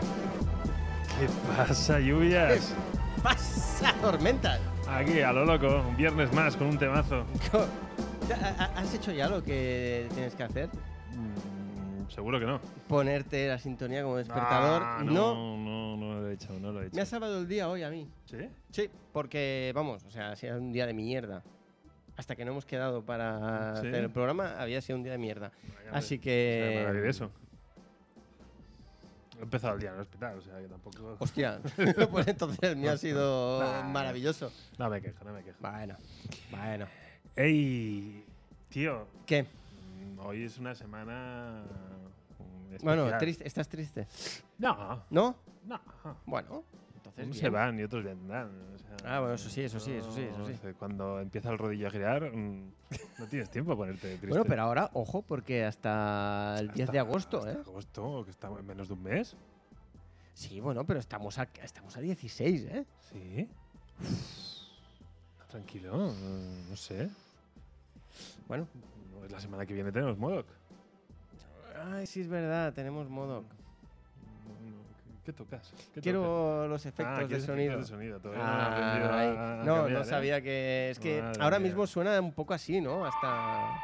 ¿Qué pasa, lluvias? ¡Pasa, tormenta! Aquí, a lo loco, un viernes más con un temazo. Co- ¿Ya- ha- ha- ¿Has hecho ya lo que tienes que hacer? Mm, Seguro que no. Ponerte la sintonía como despertador. Ah, no. no, no, no lo he hecho, no lo he hecho. Me ha salvado el día hoy a mí. ¿Sí? Sí, porque, vamos, o sea, ha sido un día de mierda. Hasta que no hemos quedado para Sí. hacer el programa, había sido un día de mierda. Vaya, o Así sea, que... para vivir eso. He empezado el día en el hospital, o sea que tampoco. Hostia, pues entonces el mío ha sido Nah. maravilloso. No me quejo, no me quejo. Bueno, bueno. ¡Ey! Tío, ¿Qué? mm, hoy es una semana. mm, Bueno, especial. triste, estás triste. No, ¿no? no. Bueno, entonces. Unos bien. se van y otros vendrán. o sea, Ah, bueno, eso sí, eso sí, eso sí, eso no sí. sé, Cuando empieza el rodillo a girar, mm, no tienes tiempo a ponerte triste. Bueno, pero ahora, ojo, porque hasta el 10 de Hasta- agosto, hasta ¿eh? Agosto, que está en menos de un mes. Sí, bueno, pero estamos a, estamos a 16, ¿eh? Sí. Tranquilo, eh, no sé. Bueno. No es La semana que viene tenemos Modoc. Ay, sí, es verdad, tenemos No, modo. no, ¿qué- ¿Qué tocas? ¿Qué tocas? Quiero los Ah, efectos de ¿quieres sonido. Ah, efectos de sonido. Todavía no, he aprendido Ay, a- a no, cambiar, no ¿eh? sabía que. Es que Madre ahora mía. mismo suena un poco así, ¿no? Hasta.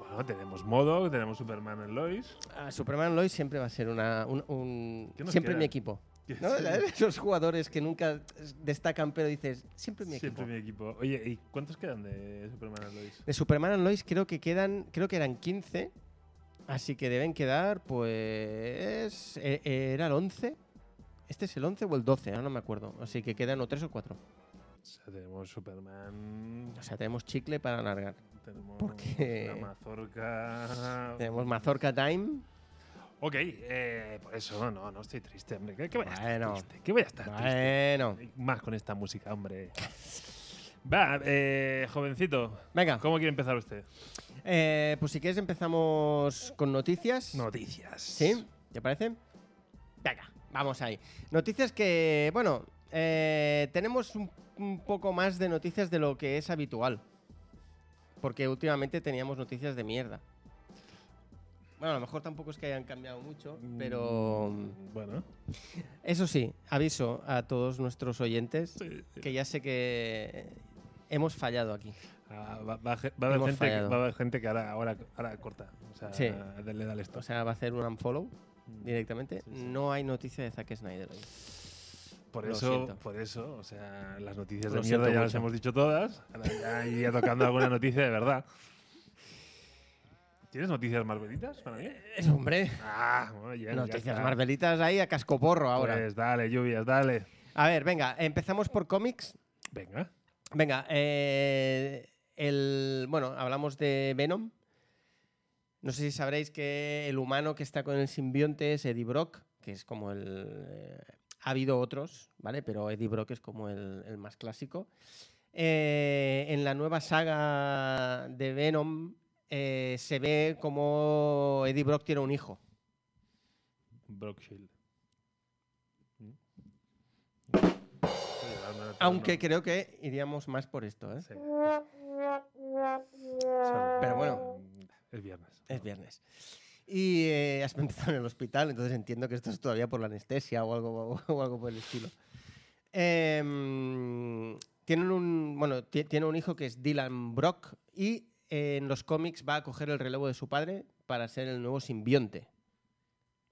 Bueno, tenemos Modoc, tenemos Superman en Lois. Ah, Superman Lois siempre va a ser una, un, un- ¿Qué nos siempre queda? mi equipo. ¿Qué- ¿no? sí? Esos jugadores que nunca destacan, pero dices, siempre mi equipo. Siempre mi equipo. Oye, ¿y cuántos quedan de Superman and Lois? De Superman and Lois creo que quedan, creo que eran 15. Así que deben quedar, pues. e- Era el 11. Este es el 11 o el 12, ahora no me acuerdo. Así que quedan o 3 o 4. O sea, tenemos Superman. O sea, tenemos chicle para alargar. Tenemos ¿por qué? la mazorca. Tenemos Mazorca Time. Ok, eh, por eso no, no estoy triste, hombre. ¿Qué, qué voy a estar Bueno. triste? ¿Qué voy a estar triste? Bueno. Más con esta música, hombre. Va, eh, jovencito, Venga, ¿cómo quiere empezar usted? eh, pues si quieres empezamos con noticias. Noticias. ¿Sí? ¿Te parece? Venga, vamos ahí. Noticias que, bueno, eh, tenemos un, un poco más de noticias de lo que es habitual. Porque últimamente teníamos noticias de mierda. Bueno, a lo mejor tampoco es que hayan cambiado mucho, pero... Mm, Bueno. Eso sí, aviso a todos nuestros oyentes Sí, sí. que ya sé que hemos fallado aquí. Ah, va, va a ge- va a haber Hemos gente, que- fallado. va a haber gente que ahora, ahora, ahora corta. O sea, Sí. le da esto. O sea, va a hacer un unfollow directamente. Mm. Sí, sí. No hay noticia de Zack Snyder hoy. Por Lo eso, siento. por eso, o sea, las noticias Lo de mierda siento ya las mucho. hemos dicho todas. Ahora ya iría tocando alguna noticia de verdad. ¿Tienes noticias marvelitas para mí? Hombre, Ah, bueno, ya, ya noticias está. marvelitas ahí a cascoporro ahora. Pues dale, lluvias, dale. A ver, venga, empezamos por cómics. Venga. Venga, eh, el, bueno, hablamos de Venom. No sé si sabréis que el humano que está con el simbionte es Eddie Brock, que es como el... eh, ha habido otros, ¿vale? Pero Eddie Brock es como el, el más clásico. Eh, en la nueva saga de Venom eh, se ve como Eddie Brock tiene un hijo. Brock Shield. ¿Mm? Aunque creo que iríamos más por esto, ¿eh? Sí. Pero bueno. Es viernes. Es viernes. Y eh, has empezado en el hospital, entonces entiendo que esto es todavía por la anestesia o algo, o algo por el estilo. Em, tienen un, bueno, ti- tiene un hijo que es Dylan Brock y eh, en los cómics va a coger el relevo de su padre para ser el nuevo simbionte.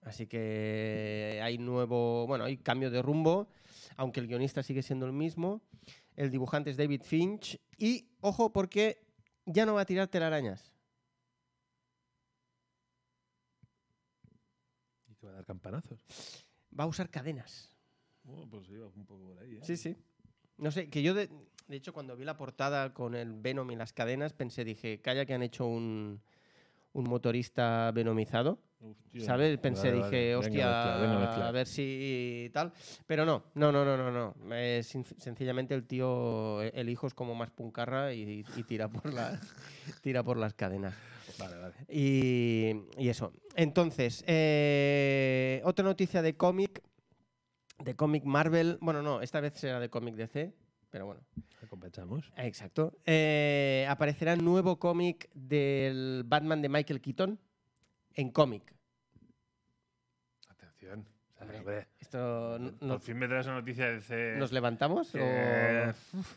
Así que hay nuevo, bueno, hay cambio de rumbo, aunque el guionista sigue siendo el mismo. El dibujante es David Finch y ojo porque ya no va a tirar telarañas. Y que va a dar campanazos. va a usar cadenas. Bueno, pues iba un poco por ahí, ¿eh? Sí, sí. No sé, que yo de, De hecho, cuando vi la portada con el Venom y las cadenas, pensé, dije, calla que han hecho un, un motorista venomizado. Hostia. ¿Sabes? Pensé, Vale, vale. dije, Venga, hostia, mezcla, venga, mezcla". a ver si tal. Pero no, no, no, no, no. no. Eh, sin- sencillamente el tío, eh, el hijo es como más puncarra y, y tira, por la, tira por las cadenas. Vale, vale. Y, y eso. Entonces, eh, otra noticia de cómic, de cómic Marvel. Bueno, no, esta vez será de cómic DC, pero bueno. Compensamos. Exacto. Eh, aparecerá nuevo cómic del Batman de Michael Keaton en cómic. Atención. O sea, Hombre, hombre, Esto no- no- Por fin me traes una noticia de C. nos levantamos. que- o- Uf.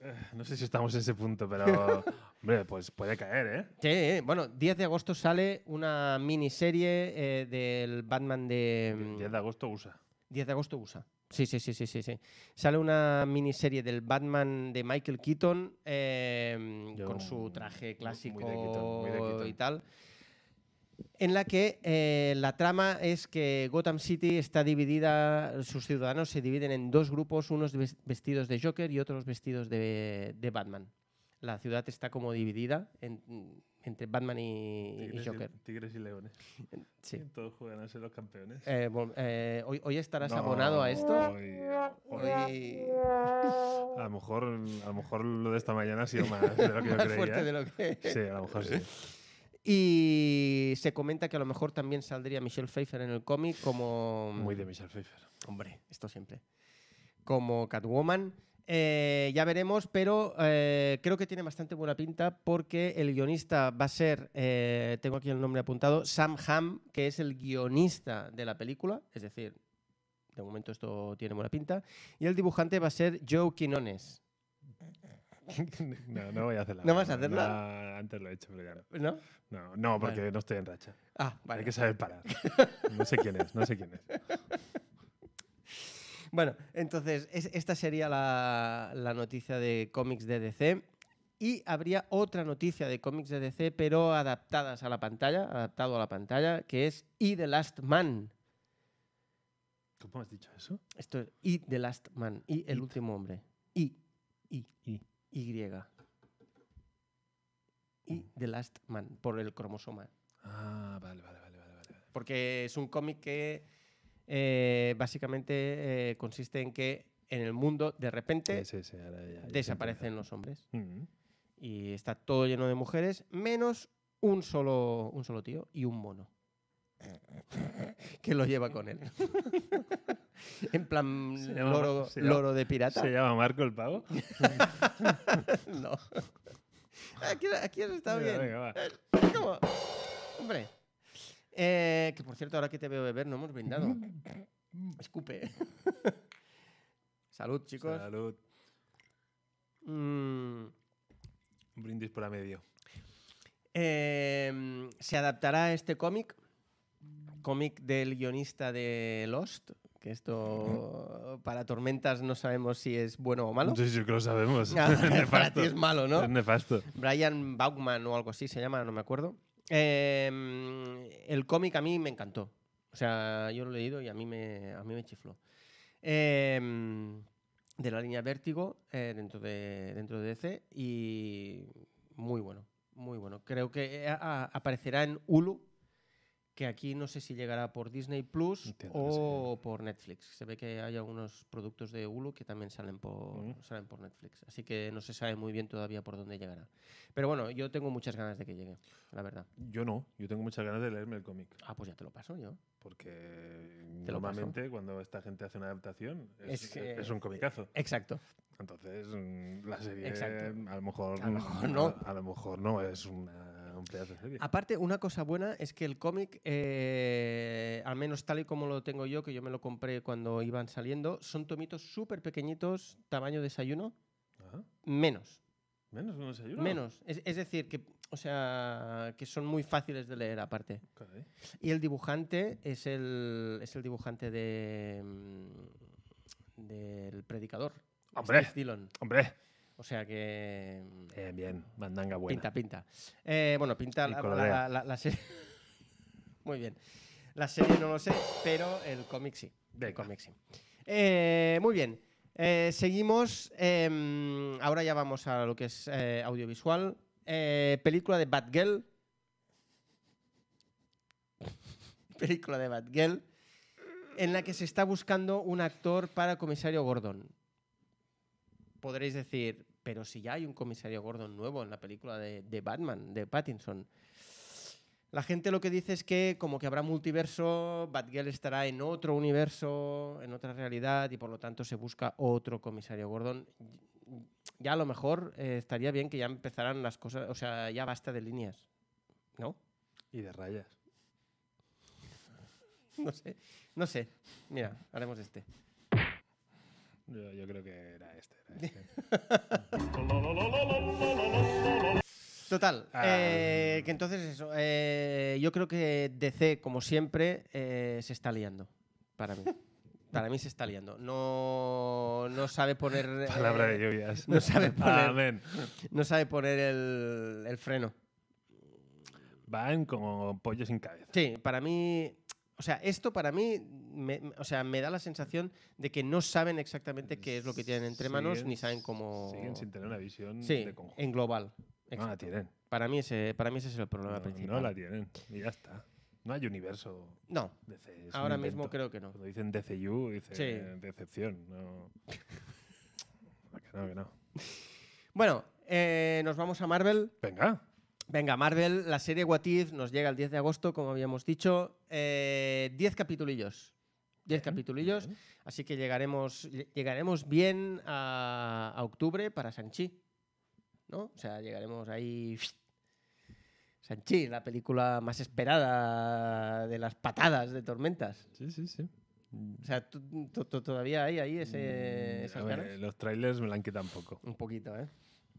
Eh, no sé si estamos en ese punto, pero. hombre, pues puede caer, ¿eh? Sí, eh, bueno, 10 de agosto sale una miniserie eh, del Batman de... El 10 de agosto usa. 10 de agosto USA. Sí, sí, sí, sí, sí, sí. Sale una miniserie del Batman de Michael Keaton eh, Yo con muy- su traje muy de clásico Keaton, muy de Keaton. y tal. En la que eh, la trama es que Gotham City está dividida, sus ciudadanos se dividen en dos grupos, unos ves- vestidos de Joker y otros vestidos de, de Batman. La ciudad está como dividida en- entre Batman y, y Joker. tigres y leones. Sí. Todos juegan a ser los campeones. Eh, bueno, eh, hoy, hoy estarás No, abonado a esto. hoy- Hoy- A lo, mejor, a lo mejor lo de esta mañana ha sido más de lo que yo más creía. ¿eh? fuerte de lo que. Em. Sí, a lo mejor sí. Y se comenta que a lo mejor también saldría Michelle Pfeiffer en el cómic como. Muy de Michelle Pfeiffer. Hombre, esto siempre. Como Catwoman. Eh, ya veremos, pero eh, creo que tiene bastante buena pinta porque el guionista va a ser, eh, tengo aquí el nombre apuntado, Sam Hamm, que es el guionista de la película, es decir, de momento esto tiene buena pinta, y el dibujante va a ser Joe Quinones, No, no voy a hacerla. ¿No vas a hacerla? No, antes lo he hecho, pero ya no. ¿no? No, no, porque Vale. no estoy en racha. Ah, vale. Hay que saber parar. No sé quién es, no sé quién es. Bueno, entonces, es- esta sería la, la noticia de cómics de DC. Y habría otra noticia de cómics de DC, pero adaptadas a la pantalla, adaptado a la pantalla, que es Y The Last Man. ¿Cómo has dicho eso? Esto es Y The Last Man, Y el It. último hombre. Y, Y, I. Y. Y The Last Man, por el cromosoma. Ah, vale, vale, vale, vale. vale. Porque es un cómic que eh, básicamente eh, consiste en que en el mundo, de repente, Sí, sí, sí, ahora ya- ya se desaparecen empieza. los hombres. Mm. Y está todo lleno de mujeres, menos un solo, un solo tío y un mono. que lo lleva con él. en plan Se llama- loro, se llama- loro de pirata. ¿Se llama Marco el pavo? no. aquí, aquí has estado Venga, bien. Eh, venga, va. ¿Cómo? Hombre. Eh, que por cierto, ahora que te veo beber, no hemos brindado. Mm, Escupe. Salud, chicos. Salud. Mm. Un brindis por a medio. Em, se adaptará este cómic, cómic del guionista de Lost, que esto para tormentas no sabemos si es bueno o malo. No sé si que lo sabemos. Ah, para Nefasto. ti es malo, ¿no? Es nefasto. Brian Baugman o algo así se llama, no me acuerdo. Em, el cómic a mí me encantó. O sea, yo lo he leído y a mí me, a mí me chifló. Em, de la línea Vértigo eh, dentro, de, dentro de DC y muy bueno, muy bueno. Creo que eh, a- aparecerá en Hulu, que aquí no sé si llegará por Disney Plus Entiendo que o por Netflix. Se ve que hay algunos productos de Hulu que también salen por, Mm. salen por Netflix, así que no se sabe muy bien todavía por dónde llegará. Pero bueno, yo tengo muchas ganas de que llegue, la verdad. Yo no. Yo tengo muchas ganas de leerme el cómic. Ah, pues ya te lo paso yo. Porque Te lo paso. normalmente cuando esta gente hace una adaptación es, Es que- es un comicazo. Exacto. Entonces mm, la serie Exacto. a lo mejor, A lo mejor no. Ah. a- a lo mejor no es una- un pedazo de serie. Aparte, una cosa buena es que el cómic, eh, al menos tal y como lo tengo yo, que yo me lo compré cuando iban saliendo, son tomitos súper pequeñitos, tamaño desayuno, Ajá. menos. Menos un desayuno. Menos. Es, es decir, que, o sea, que son muy fáciles de leer aparte. Caray. Y el dibujante es el, es el dibujante de mm, del predicador. Hombre. Steve Dillon. Hombre. O sea que. mm, Bien, bien. Mandanga buena. Pinta, pinta. Eh, bueno, pinta Y la, colorea. serie. Muy bien. La serie no lo sé, pero el cómic sí. El Venga. cómic sí. Eh, muy bien. Eh, seguimos. em, ahora ya vamos a lo que es eh, audiovisual. Eh, película de Batgirl. película de Batgirl. En la que se está buscando un actor para comisario Gordon. Podréis decir, pero si ya hay un comisario Gordon nuevo en la película de, de Batman, de Pattinson. La gente lo que dice es que como que habrá multiverso, Batgirl estará en otro universo, en otra realidad y por lo tanto se busca otro comisario Gordon. Ya a lo mejor eh, estaría bien que ya empezaran las cosas, o sea, ya basta de líneas, ¿no? Y de rayas. No sé, no sé. Mira, haremos este. Yo, yo creo que era este. era este. Total, Ah. eh, que entonces eso, eh, yo creo que DC, como siempre, eh, se está liando, para mí. Para mí se está liando. No, no sabe poner... eh, Palabra de lluvias. no sabe poner- Amén. no sabe poner el, el freno. Van como pollo sin cabeza. Sí, para mí, o sea, esto para mí, me, me- o sea, me da la sensación de que no saben exactamente qué es lo que tienen entre manos Siguen- ni saben cómo. Siguen sin tener una visión sí, de conjunto. en global. No la Exacto. tienen. Para mí ese, para mí ese es el problema No, principal. no la tienen. Y ya está. No hay universo No, DC. es un ahora mismo invento. creo que no. Cuando dicen DCU, dicen Sí. eh, decepción. No. Ah, que no, que no. Bueno, eh, nos vamos a Marvel. Venga. Venga, Marvel, la serie What If nos llega el 10 de agosto, como habíamos dicho. Eh, 10 capitulillos. 10 capitulillos. bien. Así que llegaremos, lle- llegaremos bien a, a octubre para Sanchi. ¿No? O sea, llegaremos ahí. Sanchi, la película más esperada de las patadas de tormentas. Sí, sí, sí. O sea, tú- tú- tú todavía hay ahí ese, Mm, esas a ver, ganas. los trailers me la han quitado un poco. Un poquito, ¿eh?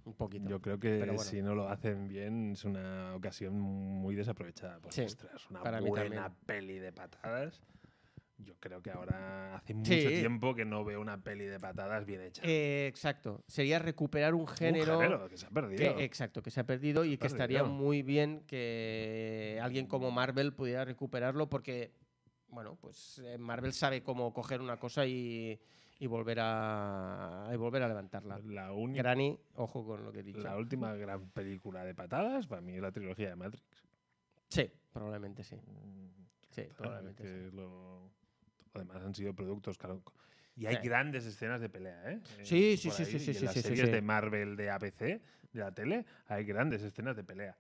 Un poquito. Yo creo que Pero bueno. si no lo hacen bien es una ocasión muy desaprovechada. Pues, Sí, ostras, una para mí buena también. peli de patadas. Yo creo que ahora hace mucho Sí. tiempo que no veo una peli de patadas bien hecha. Eh, exacto. Sería recuperar un género. Un género que se ha perdido. Que, exacto, que se ha perdido y que Has estaría olvidado. muy bien que alguien como Marvel pudiera recuperarlo porque, bueno, pues eh, Marvel sabe cómo coger una cosa y, y volver, a, y volver a levantarla. la, única- Granny, ojo con lo que he dicho. la última gran película de patadas para mí es la trilogía de Matrix. Sí, probablemente sí. Mm, Sí, claro, probablemente que sí. es lo- Además han sido productos, claro. Y hay Sí. grandes escenas de pelea, ¿eh? Eh, Sí, sí, por sí, sí, ahí, y sí, en sí, las sí, sí, series sí. de Marvel, de ABC, de la tele, hay grandes escenas de pelea.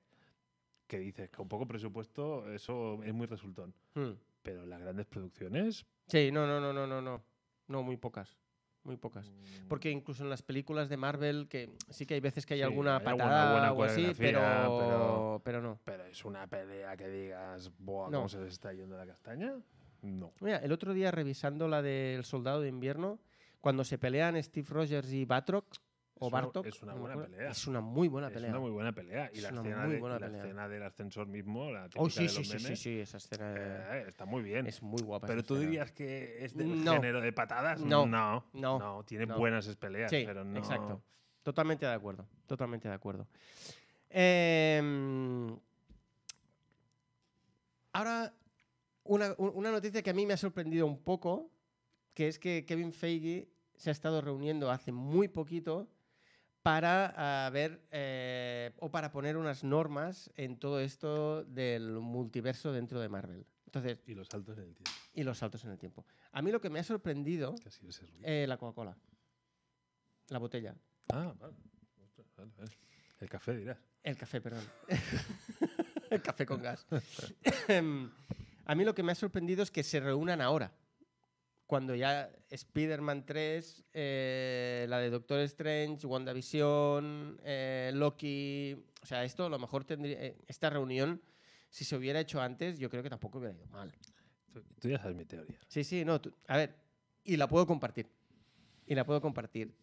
Que dices, con poco presupuesto, eso es muy resultón. Hmm. Pero en las grandes producciones... Sí, no, no, no, no, no, no. No, muy pocas. Muy pocas. mm, Porque incluso en las películas de Marvel, que sí que hay veces que hay Sí, alguna hay alguna patada buena o así, coreografía, pero, pero- pero no. Pero es una pelea que digas, Buah, No. ¿cómo se les está yendo la castaña? No. Mira, el otro día revisando la del Soldado de Invierno, cuando se pelean Steve Rogers y Batroc o Es una- Bartok, es una no me buena acuerdo, pelea. Es una muy buena es pelea. una muy buena pelea. Y Es la, una escena, muy de- buena la pelea. escena del ascensor mismo, la típica oh, sí, de sí, los sí, sí, memes, sí, esa escena eh, está muy bien. es muy guapa. Pero esa tú escena. dirías que es del No. género de patadas. No, no. no, tiene no. buenas peleas, Sí, pero no. exacto. Totalmente de acuerdo, totalmente de acuerdo. Em, ahora, una, u- una noticia que a mí me ha sorprendido un poco, que es que Kevin Feige se ha estado reuniendo hace muy poquito para ah, ver eh, o para poner unas normas en todo esto del multiverso dentro de Marvel. Entonces, Y los saltos en el tiempo, y los saltos en el tiempo. A mí lo que me ha sorprendido que ha sido ese ruido. eh, la Coca-Cola, la botella. Ah, vale. Ostras, vale, vale. El café dirás. El café, perdón. el café con gas. Em, a mí lo que me ha sorprendido es que se reúnan ahora. Cuando ya Spider-Man 3, eh, la de Doctor Strange, WandaVision, eh, Loki. O sea, esto a lo mejor tendría. eh, esta reunión, si se hubiera hecho antes, yo creo que tampoco hubiera ido mal. Tú, tú ya sabes mi teoría. Sí, sí, no. tú- a ver, y la puedo compartir. Y la puedo compartir.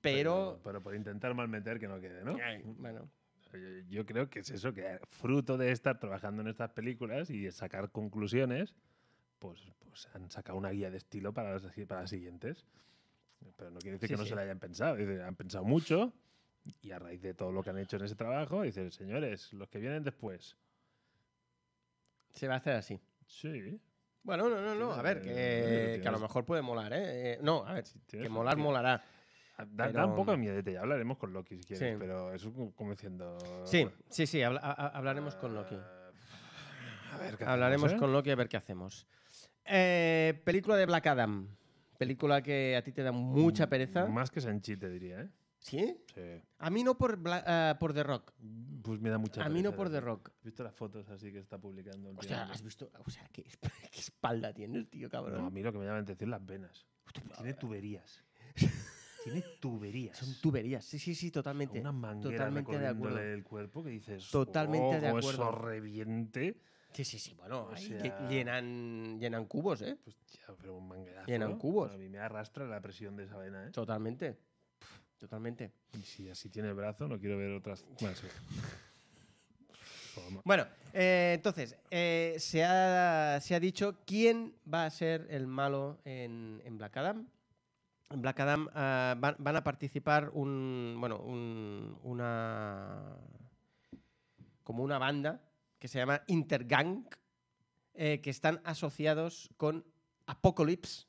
Pero. pero, por intentar malmeter que no quede, ¿no? Ay, bueno. Eh, Yo creo que es eso, que fruto de estar trabajando en estas películas y de sacar conclusiones, pues, pues han sacado una guía de estilo para las, para las siguientes. Pero no quiere decir Sí, que no sí. se la hayan pensado. Dice, han pensado mucho y a raíz de todo lo que han hecho en ese trabajo, dicen, señores, los que vienen después. Se va a hacer así. Sí, Bueno, no, no, no. A ver, que, Tienes- que a lo mejor puede molar, ¿eh? Eh, No, a ver, que tienes molar, sentido. molará. Da, da Pero- mm, un poco de miedo, ya hablaremos con Loki si quieres, Sí. pero es un- como diciendo. eh, Sí, sí, sí, habla- a- a- hablaremos con Loki. A ver, ¿qué hacemos, Hablaremos eh? con Loki a ver qué hacemos. Eh, película de Black Adam. Película que a ti te da Mm, mucha pereza. Más que Sanchi, te diría, ¿eh? ¿Sí? Sí. A mí no por, Bla- ah, por The Rock. Pues me da mucha A mí no pereza por The también. Rock. ¿Has visto las fotos así que está publicando? Hostia, últimamente? ¿has visto? O sea, ¿qué, esp- qué espalda tiene el No, tío, a cabrón? mí lo que me llama la atención las venas. Tiene tuberías. Tiene tuberías. Son tuberías. Sí, sí, sí, totalmente. Una manguera Totalmente de acuerdo. recorriéndole el cuerpo que dices. Totalmente "Oh, de como eso acuerdo. reviente. Sí, sí, sí, bueno. O ahí sea- lle- llenan, llenan cubos, ¿eh? Pues ya, pero un manguerazo. Llenan cubos. A mí me arrastra la presión de esa vena, ¿eh? Totalmente. Totalmente. Y si así tiene el brazo, no quiero ver otras. Bueno, sí. Joder, ma- Bueno, eh, entonces, eh, se, ha, se ha dicho quién va a ser el malo en, en Black Adam. En Black Adam ah, van, van a participar un. Bueno, un- una. Como una banda que se llama Intergang, eh, que están asociados con Apocalypse.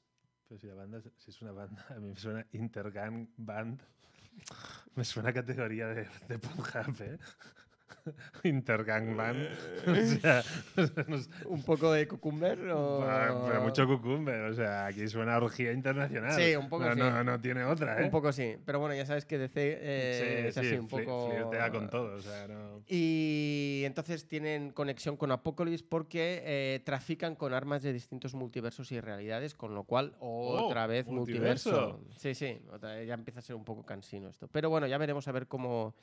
Pero si la banda, es- si es una banda, a mí me suena Intergang Band. Me suena a categoría de, de Pornhub, ¿eh? Intergang Band. o sea, no sé. Un poco de Cucumber. O... Ah, Pero mucho cucumber, o sea, aquí suena orgía internacional. Sí, un poco no, sí. No, no tiene otra, ¿eh? Un poco sí. Pero bueno, ya sabes que DC eh, es así, un fli- poco. flirtea con todo, o sea, no... Y entonces tienen conexión con Apocalypse porque eh, trafican con armas de distintos multiversos y realidades, con lo cual Oh, otra vez multiverso. multiverso. Sí, sí, otra vez ya empieza a ser un poco cansino esto. Pero bueno, ya veremos a ver cómo,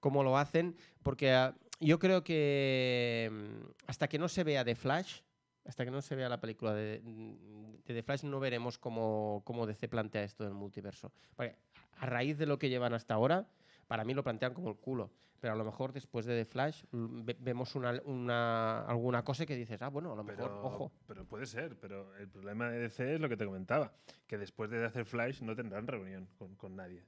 cómo lo hacen, porque ah, yo creo que mm, hasta que no se vea The Flash, hasta que no se vea la película de, de The Flash no veremos cómo, cómo DC plantea esto del multiverso. Porque a raíz de lo que llevan hasta ahora, para mí lo plantean como el culo. Pero a lo mejor después de The Flash mm, ve- vemos una, una- alguna cosa que dices, ah, bueno, a lo mejor, Pero, ojo. pero puede ser, pero el problema de DC es lo que te comentaba, que después de hacer Flash no tendrán reunión con, con nadie.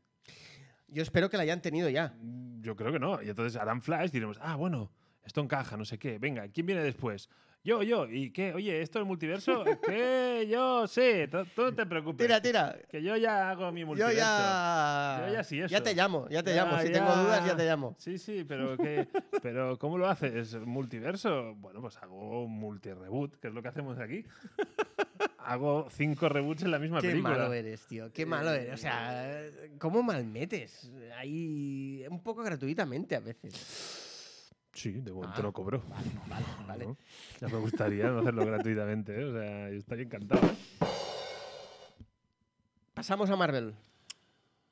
Yo espero que la hayan tenido ya. Mm, Yo creo que no, y entonces harán Flash y diremos, ah, bueno, esto encaja, no sé qué, venga, ¿quién viene después? Yo, yo, ¿y qué? Oye, ¿esto del multiverso? que yo sé, tú tú no te preocupes. Tira, tira. Que yo ya hago mi Yo multiverso. ya... Yo ya sí, eso. Ya te llamo, ya te Ya, llamo. Si ya. tengo dudas, ya te llamo. Sí, sí, pero que, pero ¿cómo lo haces? ¿Multiverso? Bueno, pues hago un multi-reboot, que es lo que hacemos aquí. hago cinco reboots en la misma Qué película. malo eres, tío. Qué malo eres. O sea, ¿cómo malmetes? Ahí un poco gratuitamente a veces. Sí, de momento Ah, no cobro. Vale, vale. ¿no? Ya me gustaría no hacerlo gratuitamente, ¿eh? o sea, yo estaría encantado. Pasamos a Marvel.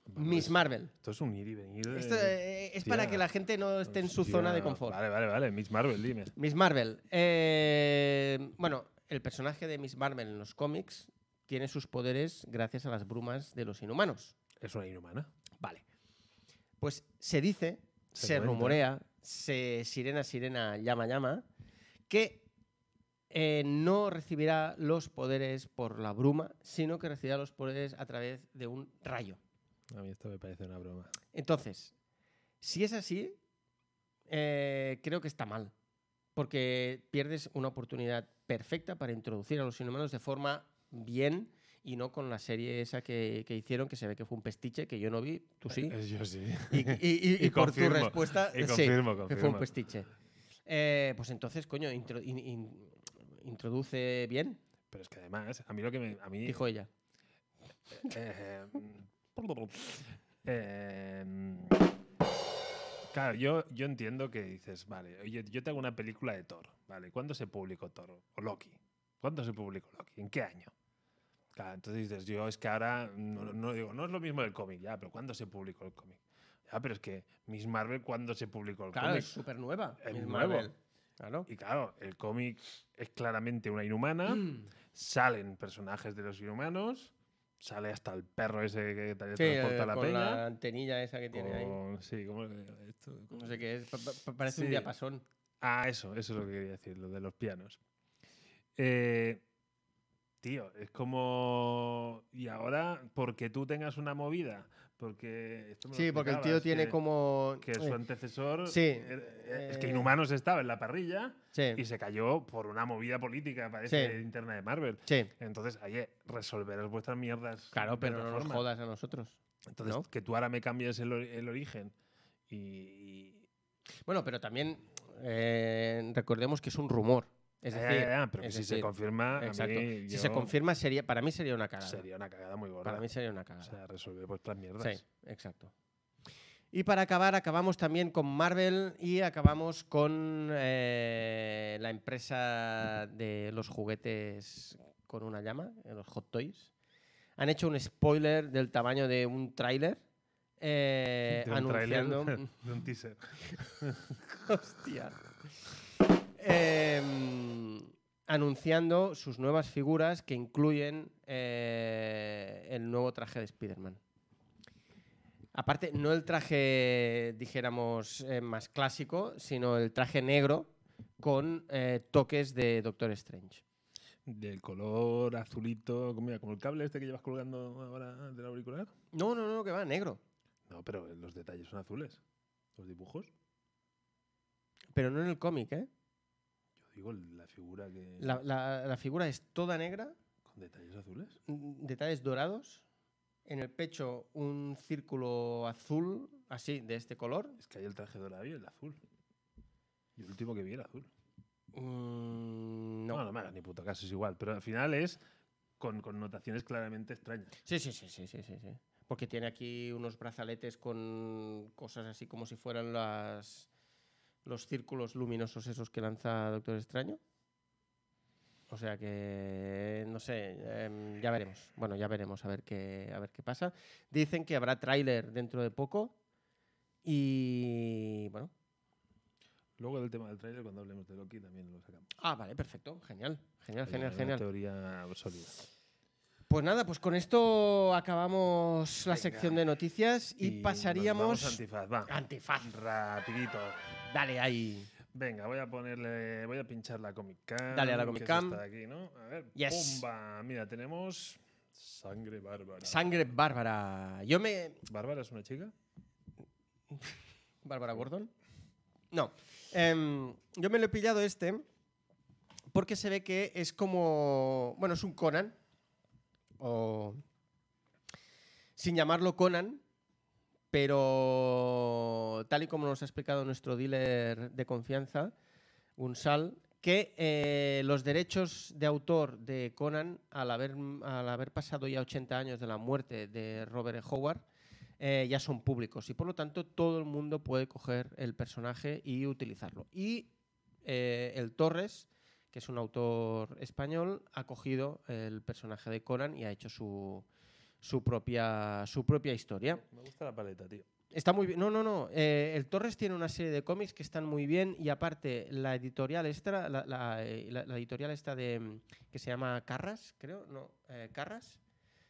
Vamos, Miss Marvel. Esto es un ir y venir. de- Esto eh, es para hostia. que la gente no esté en su zona de Hostia, confort. Vale, vale, vale. Miss Marvel, dime. Miss Marvel. eh, bueno, el personaje de Miss Marvel en los cómics tiene sus poderes gracias a las brumas de los inhumanos. ¿Es una inhumana? Vale. Pues se dice, se, Se comenta. rumorea, se sirena, sirena, llama, llama, que eh, no recibirá los poderes por la bruma, sino que recibirá los poderes a través de un rayo. A mí esto me parece una broma. Entonces, si es así, eh, creo que está mal. Porque pierdes una oportunidad perfecta para introducir a los inhumanos de forma bien y no con la serie esa que, que hicieron, que se ve que fue un pestiche que yo no vi, tú sí. Eh, Yo sí. Y, y- y- Y y por tu confirmo, respuesta, y sí, confirmo, que fue un confirmo. pestiche. Eh, pues entonces, coño, intro- in- in- introduce bien, Pero es que además, a mí lo que me. A mí, dijo ella. Eh, eh, claro, yo, yo entiendo que dices, vale, oye, yo te hago una película de Thor, ¿vale? ¿Cuándo se publicó Thor o Loki? ¿Cuándo se publicó Loki? ¿En qué año? Claro, entonces dices, yo es que ahora, no, no- no digo, no es lo mismo el cómic, ya, pero ¿cuándo se publicó el cómic? Ya, pero es que Miss Marvel, ¿cuándo se publicó el Claro, cómic? es súper nueva. Es nuevo. Claro. Y claro, el cómic es claramente una inhumana salen personajes de los inhumanos, sale hasta el perro ese que te Sí, transporta eh, a la con la peña. antenilla esa que tiene ahí. con- sí, ¿cómo es esto? No sé qué es, pa- pa- pa- parece un Sí. diapasón. Ah, eso, eso es lo que quería decir, lo de los pianos. Eh, tío, es como. Y ahora, porque tú tengas una movida, Porque esto me lo Sí, porque el tío explicabas, tiene que- como. Que su eh, antecesor. sí, er- er- Es que eh, Inhumanos estaba en la parrilla sí, y se cayó por una movida política, parece, Sí. interna de Marvel. sí. Entonces, oye, resolveros vuestras mierdas. Claro, de pero otra no nos forma. jodas a nosotros. Entonces, ¿no? que tú ahora me cambies el, ori- el origen y, y- Bueno, pero también eh, recordemos que es un rumor. Es Ya, decir, ya, ya, pero que es si se decir, confirma, a exacto. mí si se yo- confirma, sería, para mí sería una cagada. sería una cagada muy gorda. Para mí sería una cagada. o sea, resolver vuestras mierdas. Sí, exacto. Y para acabar, acabamos también con Marvel y acabamos con eh, la empresa de los juguetes con una llama, eh, los Hot Toys. Han hecho un spoiler del tamaño de un tráiler eh, De un tráiler, anunciando... de un teaser. Hostia. Em, anunciando sus nuevas figuras que incluyen eh, el nuevo traje de Spider-Man. Aparte, no el traje, dijéramos, eh, más clásico, sino el traje negro con eh, toques de Doctor Strange. Del color azulito, como, mira, como el cable este que llevas colgando ahora del auricular. No, no, no, que va, negro. No, pero los detalles son azules. Los dibujos. Pero no en el cómic, ¿eh? Yo digo la figura que. La, la- la figura es toda negra, Con detalles azules. mm, detalles dorados, en el pecho un círculo azul, así, de este color, Es que hay el traje dorado y el azul. Yo el último que vi era azul. Mm, no. No, no, me hagas ni puto caso, es igual. Pero al final es con connotaciones claramente extrañas. Sí, sí, sí, sí, sí, sí, sí. Porque tiene aquí unos brazaletes con cosas así como si fueran las los círculos luminosos esos que lanza Doctor Extraño. O sea que no sé, em, ya veremos. Bueno, ya veremos a ver qué a ver qué pasa. Dicen que habrá tráiler dentro de poco y bueno. Luego del tema del trailer, cuando hablemos de Loki, también lo sacamos. Ah, vale, perfecto, genial, Ah, genial, Hay una genial, genial. teoría sólida. Pues nada, pues con esto acabamos la Venga. sección de noticias y, nos pasaríamos vamos a antifaz, va. Antifaz. Rapidito. Dale ahí. Venga, voy a ponerle. Voy a pinchar la Comic Cam. Dale a la que Comic es Cam. esta de aquí, ¿no? A ver. Yes. ¡Pumba! Mira, tenemos. Sangre bárbara. Sangre bárbara. Yo me. ¿Bárbara es una chica? ¿Bárbara Gordon? No. Em, yo me lo he pillado este porque se ve que es como. Bueno, es un Conan. O. Sin llamarlo Conan. Pero tal y como nos ha explicado nuestro dealer de confianza, Unsal, que eh, los derechos de autor de Conan, al haber, al haber pasado ya 80 años de la muerte de Robert E. Howard, eh, ya son públicos y por lo tanto todo el mundo puede coger el personaje y utilizarlo. Y eh, el Torres, que es un autor español, ha cogido el personaje de Conan y ha hecho su, su propia, su propia historia. Me gusta la paleta, tío. Está muy bien. No, no, no. Eh, el Torres tiene una serie de cómics que están muy bien y aparte la editorial esta, la, la- eh, la- la editorial esta de mm, que se llama Carras, creo, no, eh, Carras,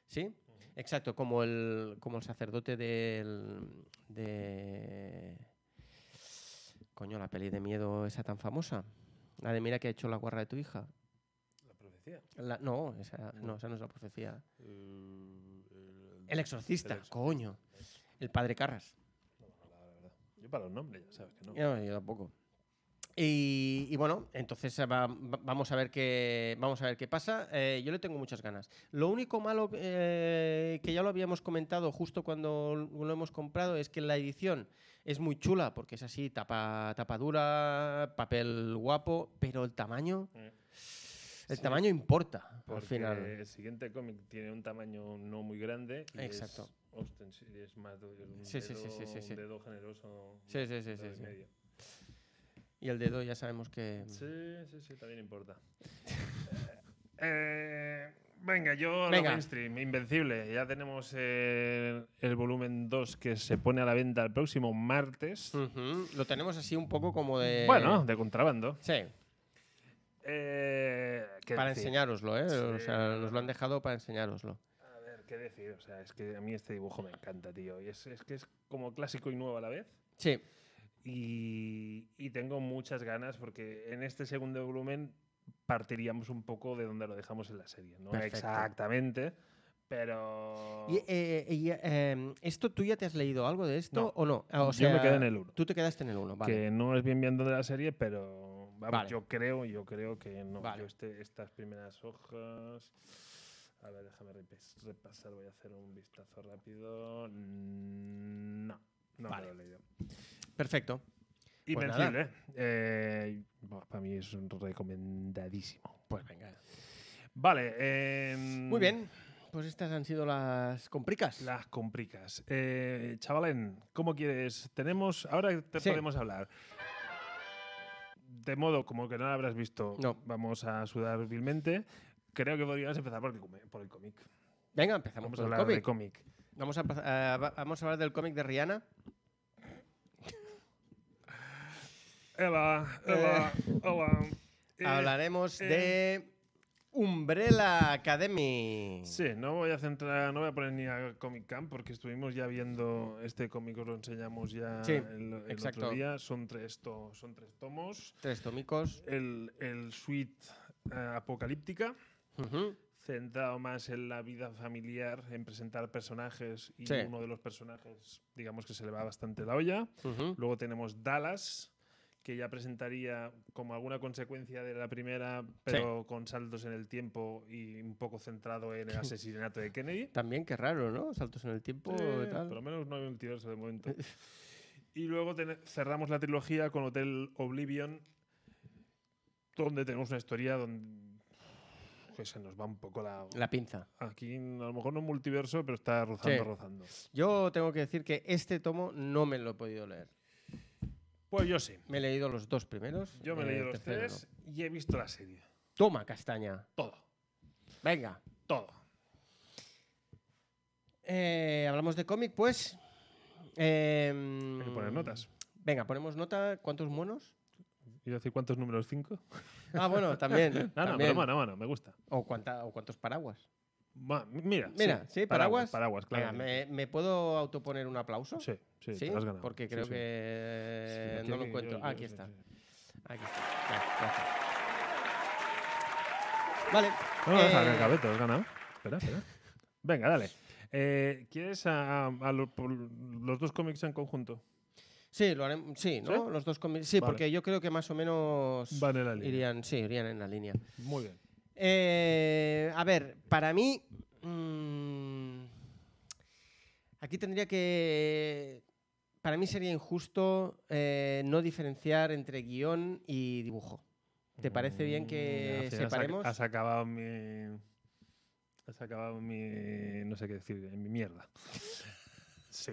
sí, exacto, como el como el sacerdote del de coño la peli de miedo esa tan famosa, la de mira que ha hecho la guarra de tu hija. La profecía. La- no, esa, no, No. esa no es la profecía. Eh, el- El exorcista, El exorcista. coño, el padre Carras. No, la verdad. Yo para los nombres, ya sabes que no. Yo, yo tampoco. Y, y bueno, entonces eh, va- va- vamos, a ver qué, vamos a ver qué pasa. Eh, yo le tengo muchas ganas. Lo único malo eh, que ya lo habíamos comentado justo cuando lo hemos comprado es que la edición es muy chula porque es así, tapa, tapa dura, papel guapo, pero el tamaño, Eh. el Sí, tamaño importa al Porque final. el siguiente cómic tiene un tamaño no muy grande. Y Exacto. Es, ostensi- es más de un, Sí, sí, dedo, sí, sí, sí, sí. un dedo generoso. Sí, sí, sí, dedo sí, y sí. Mm. medio. Y el dedo ya sabemos que... Sí, sí, sí, también importa. Eh, venga, yo Venga. lo mainstream, Invencible. Ya tenemos el, el volumen 2 que se pone a la venta el próximo martes. Ujú, Lo tenemos así un poco como de... Bueno, de contrabando. Sí, Eh, ¿qué para decir? enseñároslo, ¿eh? O Sí, sea, no, nos lo no. han dejado para enseñároslo. A ver, ¿qué decir? O sea, es que a mí este dibujo me encanta, tío. Y es, es que es como clásico y nuevo a la vez. Sí. Y, y tengo muchas ganas porque en este segundo volumen partiríamos un poco de donde lo dejamos en la serie. No Perfecto. exactamente, Pero. Y, eh, y, eh, ¿Esto tú ya te has leído algo de esto No. o no? Ah, o yo sea, me quedé en el 1. Tú te quedaste en el 1, vale. Que no es bien bien de la serie, pero vamos, Vale. yo creo, yo creo que no. Vale. Yo este- estas primeras hojas. A ver, déjame repes- repasar, voy a hacer un vistazo rápido. Mm, No, no Vale. me lo he leído. Perfecto. Pues nada. Invencible, ¿eh? Eh, buah, para mí es un recomendadísimo. Pues venga. Vale. em, Muy bien. Pues estas han sido las compricas. Las compricas. Eh, chavalén, ¿cómo quieres? Tenemos. Ahora te Sí. podemos hablar. De modo, como que no la habrás visto, No. vamos a sudar vilmente. Creo que podrías empezar por el, cum- por el cómic. Venga, empezamos Vamos a con el hablar cómic. de cómic. Vamos a, pas- a- va- vamos a hablar del cómic de Rihanna. Hola, Eh. hola, hola. Eh, Hablaremos eh. de Umbrella Eh, Academy. Sí, no voy a centrar, no voy a poner ni a Comic Camp porque estuvimos ya viendo este cómic, os lo enseñamos ya Sí, el, el exacto. otro día. Son tres, to- son tres tomos. Tres tomicos. El, el suite eh, apocalíptica. Ujú. centrado más en la vida familiar, en presentar personajes y Sí. uno de los personajes, digamos que se le va bastante la olla. Ujú. Luego tenemos Dallas, que ya presentaría como alguna consecuencia de la primera, pero con saltos en el tiempo y un poco centrado en el asesinato de Kennedy. También, qué raro, ¿no? Saltos en el tiempo Eh, y tal. Por lo menos no hay multiverso de momento. y luego tene- cerramos la trilogía con Hotel Oblivion, donde tenemos una historia donde que se nos va un poco la, La pinza. Aquí a lo mejor no es multiverso, pero está rozando, Sí. rozando. Yo tengo que decir que este tomo no me lo he podido leer. Pues yo sí. Me he leído los dos primeros. Yo me he eh, leído el los tercero no. tres y he visto la serie. Toma, castaña. Todo, Venga. todo. Eh, Hablamos de cómic, pues. Em, Hay que poner notas. Venga, ponemos nota. ¿Cuántos monos? ¿Y decir cuántos números? ¿Cinco? Ah, bueno, también. No, no, también. broma, no, no, me gusta. O, cuánta- o cuántos paraguas. Ma- mira, Mira, sí, paraguas. Paraguas, Venga, claro. ¿me, me puedo autoponer un aplauso? Sí, sí, ¿Sí? te lo has ganado. Porque Sí, creo sí. que Sí, eh, tiene no lo que- encuentro. yo- Ah, yo- aquí sí, está. sí. Aquí está. Ya, gracias. Vale. No, no, deja que eh, acabe, te lo has ganado. Espera, espera. Venga, dale. Eh, ¿Quieres a, a- a lo- por los dos cómics en conjunto? Sí, lo haremos. Sí, ¿no? Los dos comi- Sí, Vale. porque yo creo que más o menos Van en la línea. irían, sí, irían en la línea. Muy bien. Eh, a ver, para mí. mm, aquí tendría que. Para mí sería injusto eh, no diferenciar entre guión y dibujo. ¿Te parece bien que Mm, al final has ac- separemos? Has acabado mi. Has acabado mi. No sé qué decir, eh, mi mierda. Sí.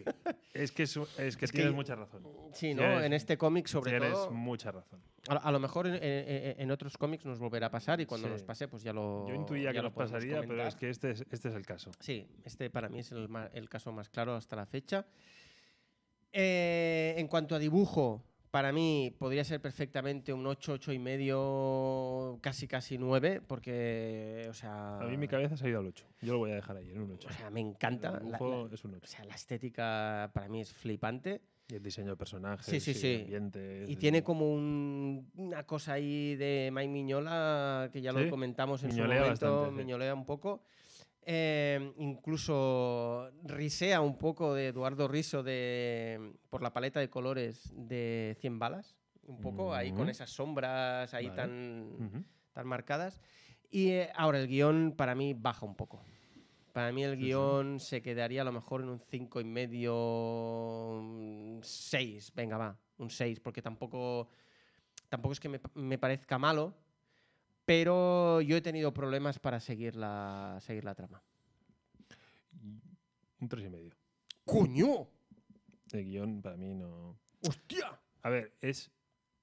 es que, es, un- es que Es que tienes yo- mucha razón. Sí, ¿no? Tienes- en este cómic, sobre tienes todo. mucha razón. A, a lo mejor en, en- en otros cómics nos volverá a pasar y cuando Sí. nos pase, pues ya lo. Yo intuía ya que lo nos podemos pasaría, pero comentar. es que este es, este es el caso. Sí, este para mí es el, ma- el caso más claro hasta la fecha. Eh, en cuanto a dibujo, para mí podría ser perfectamente un 8, 8 y medio, casi casi 9, porque, o sea... A mí mi cabeza se ha ido al 8. Yo lo voy a dejar ahí, en un 8. Ah. O sea, me encanta. El la- dibujo la- es un o 8. sea, la estética para mí es flipante. Y el diseño de personajes, Sí, sí, y sí. ambientes, Y es- tiene como un- una cosa ahí de Mike Miñola, que ya lo Sí, comentamos en miñolea su momento, bastante, sí. miñolea un poco. Eh, incluso risea un poco de Eduardo Riso de, por la paleta de colores de 100 balas, un poco ahí con Ujú. esas sombras ahí Mm. Vale. tan, Ujú. tan marcadas. Y eh, ahora el guión para mí baja un poco. Para mí el Sí, sí. guión se quedaría a lo mejor en un 5 y medio, 6, venga va, un 6, porque tampoco, tampoco es que me, pa- me parezca malo, pero yo he tenido problemas para seguir la, seguir la trama. Un 3 y medio. ¡Coño! El guión para mí no. ¡Hostia! A ver, es.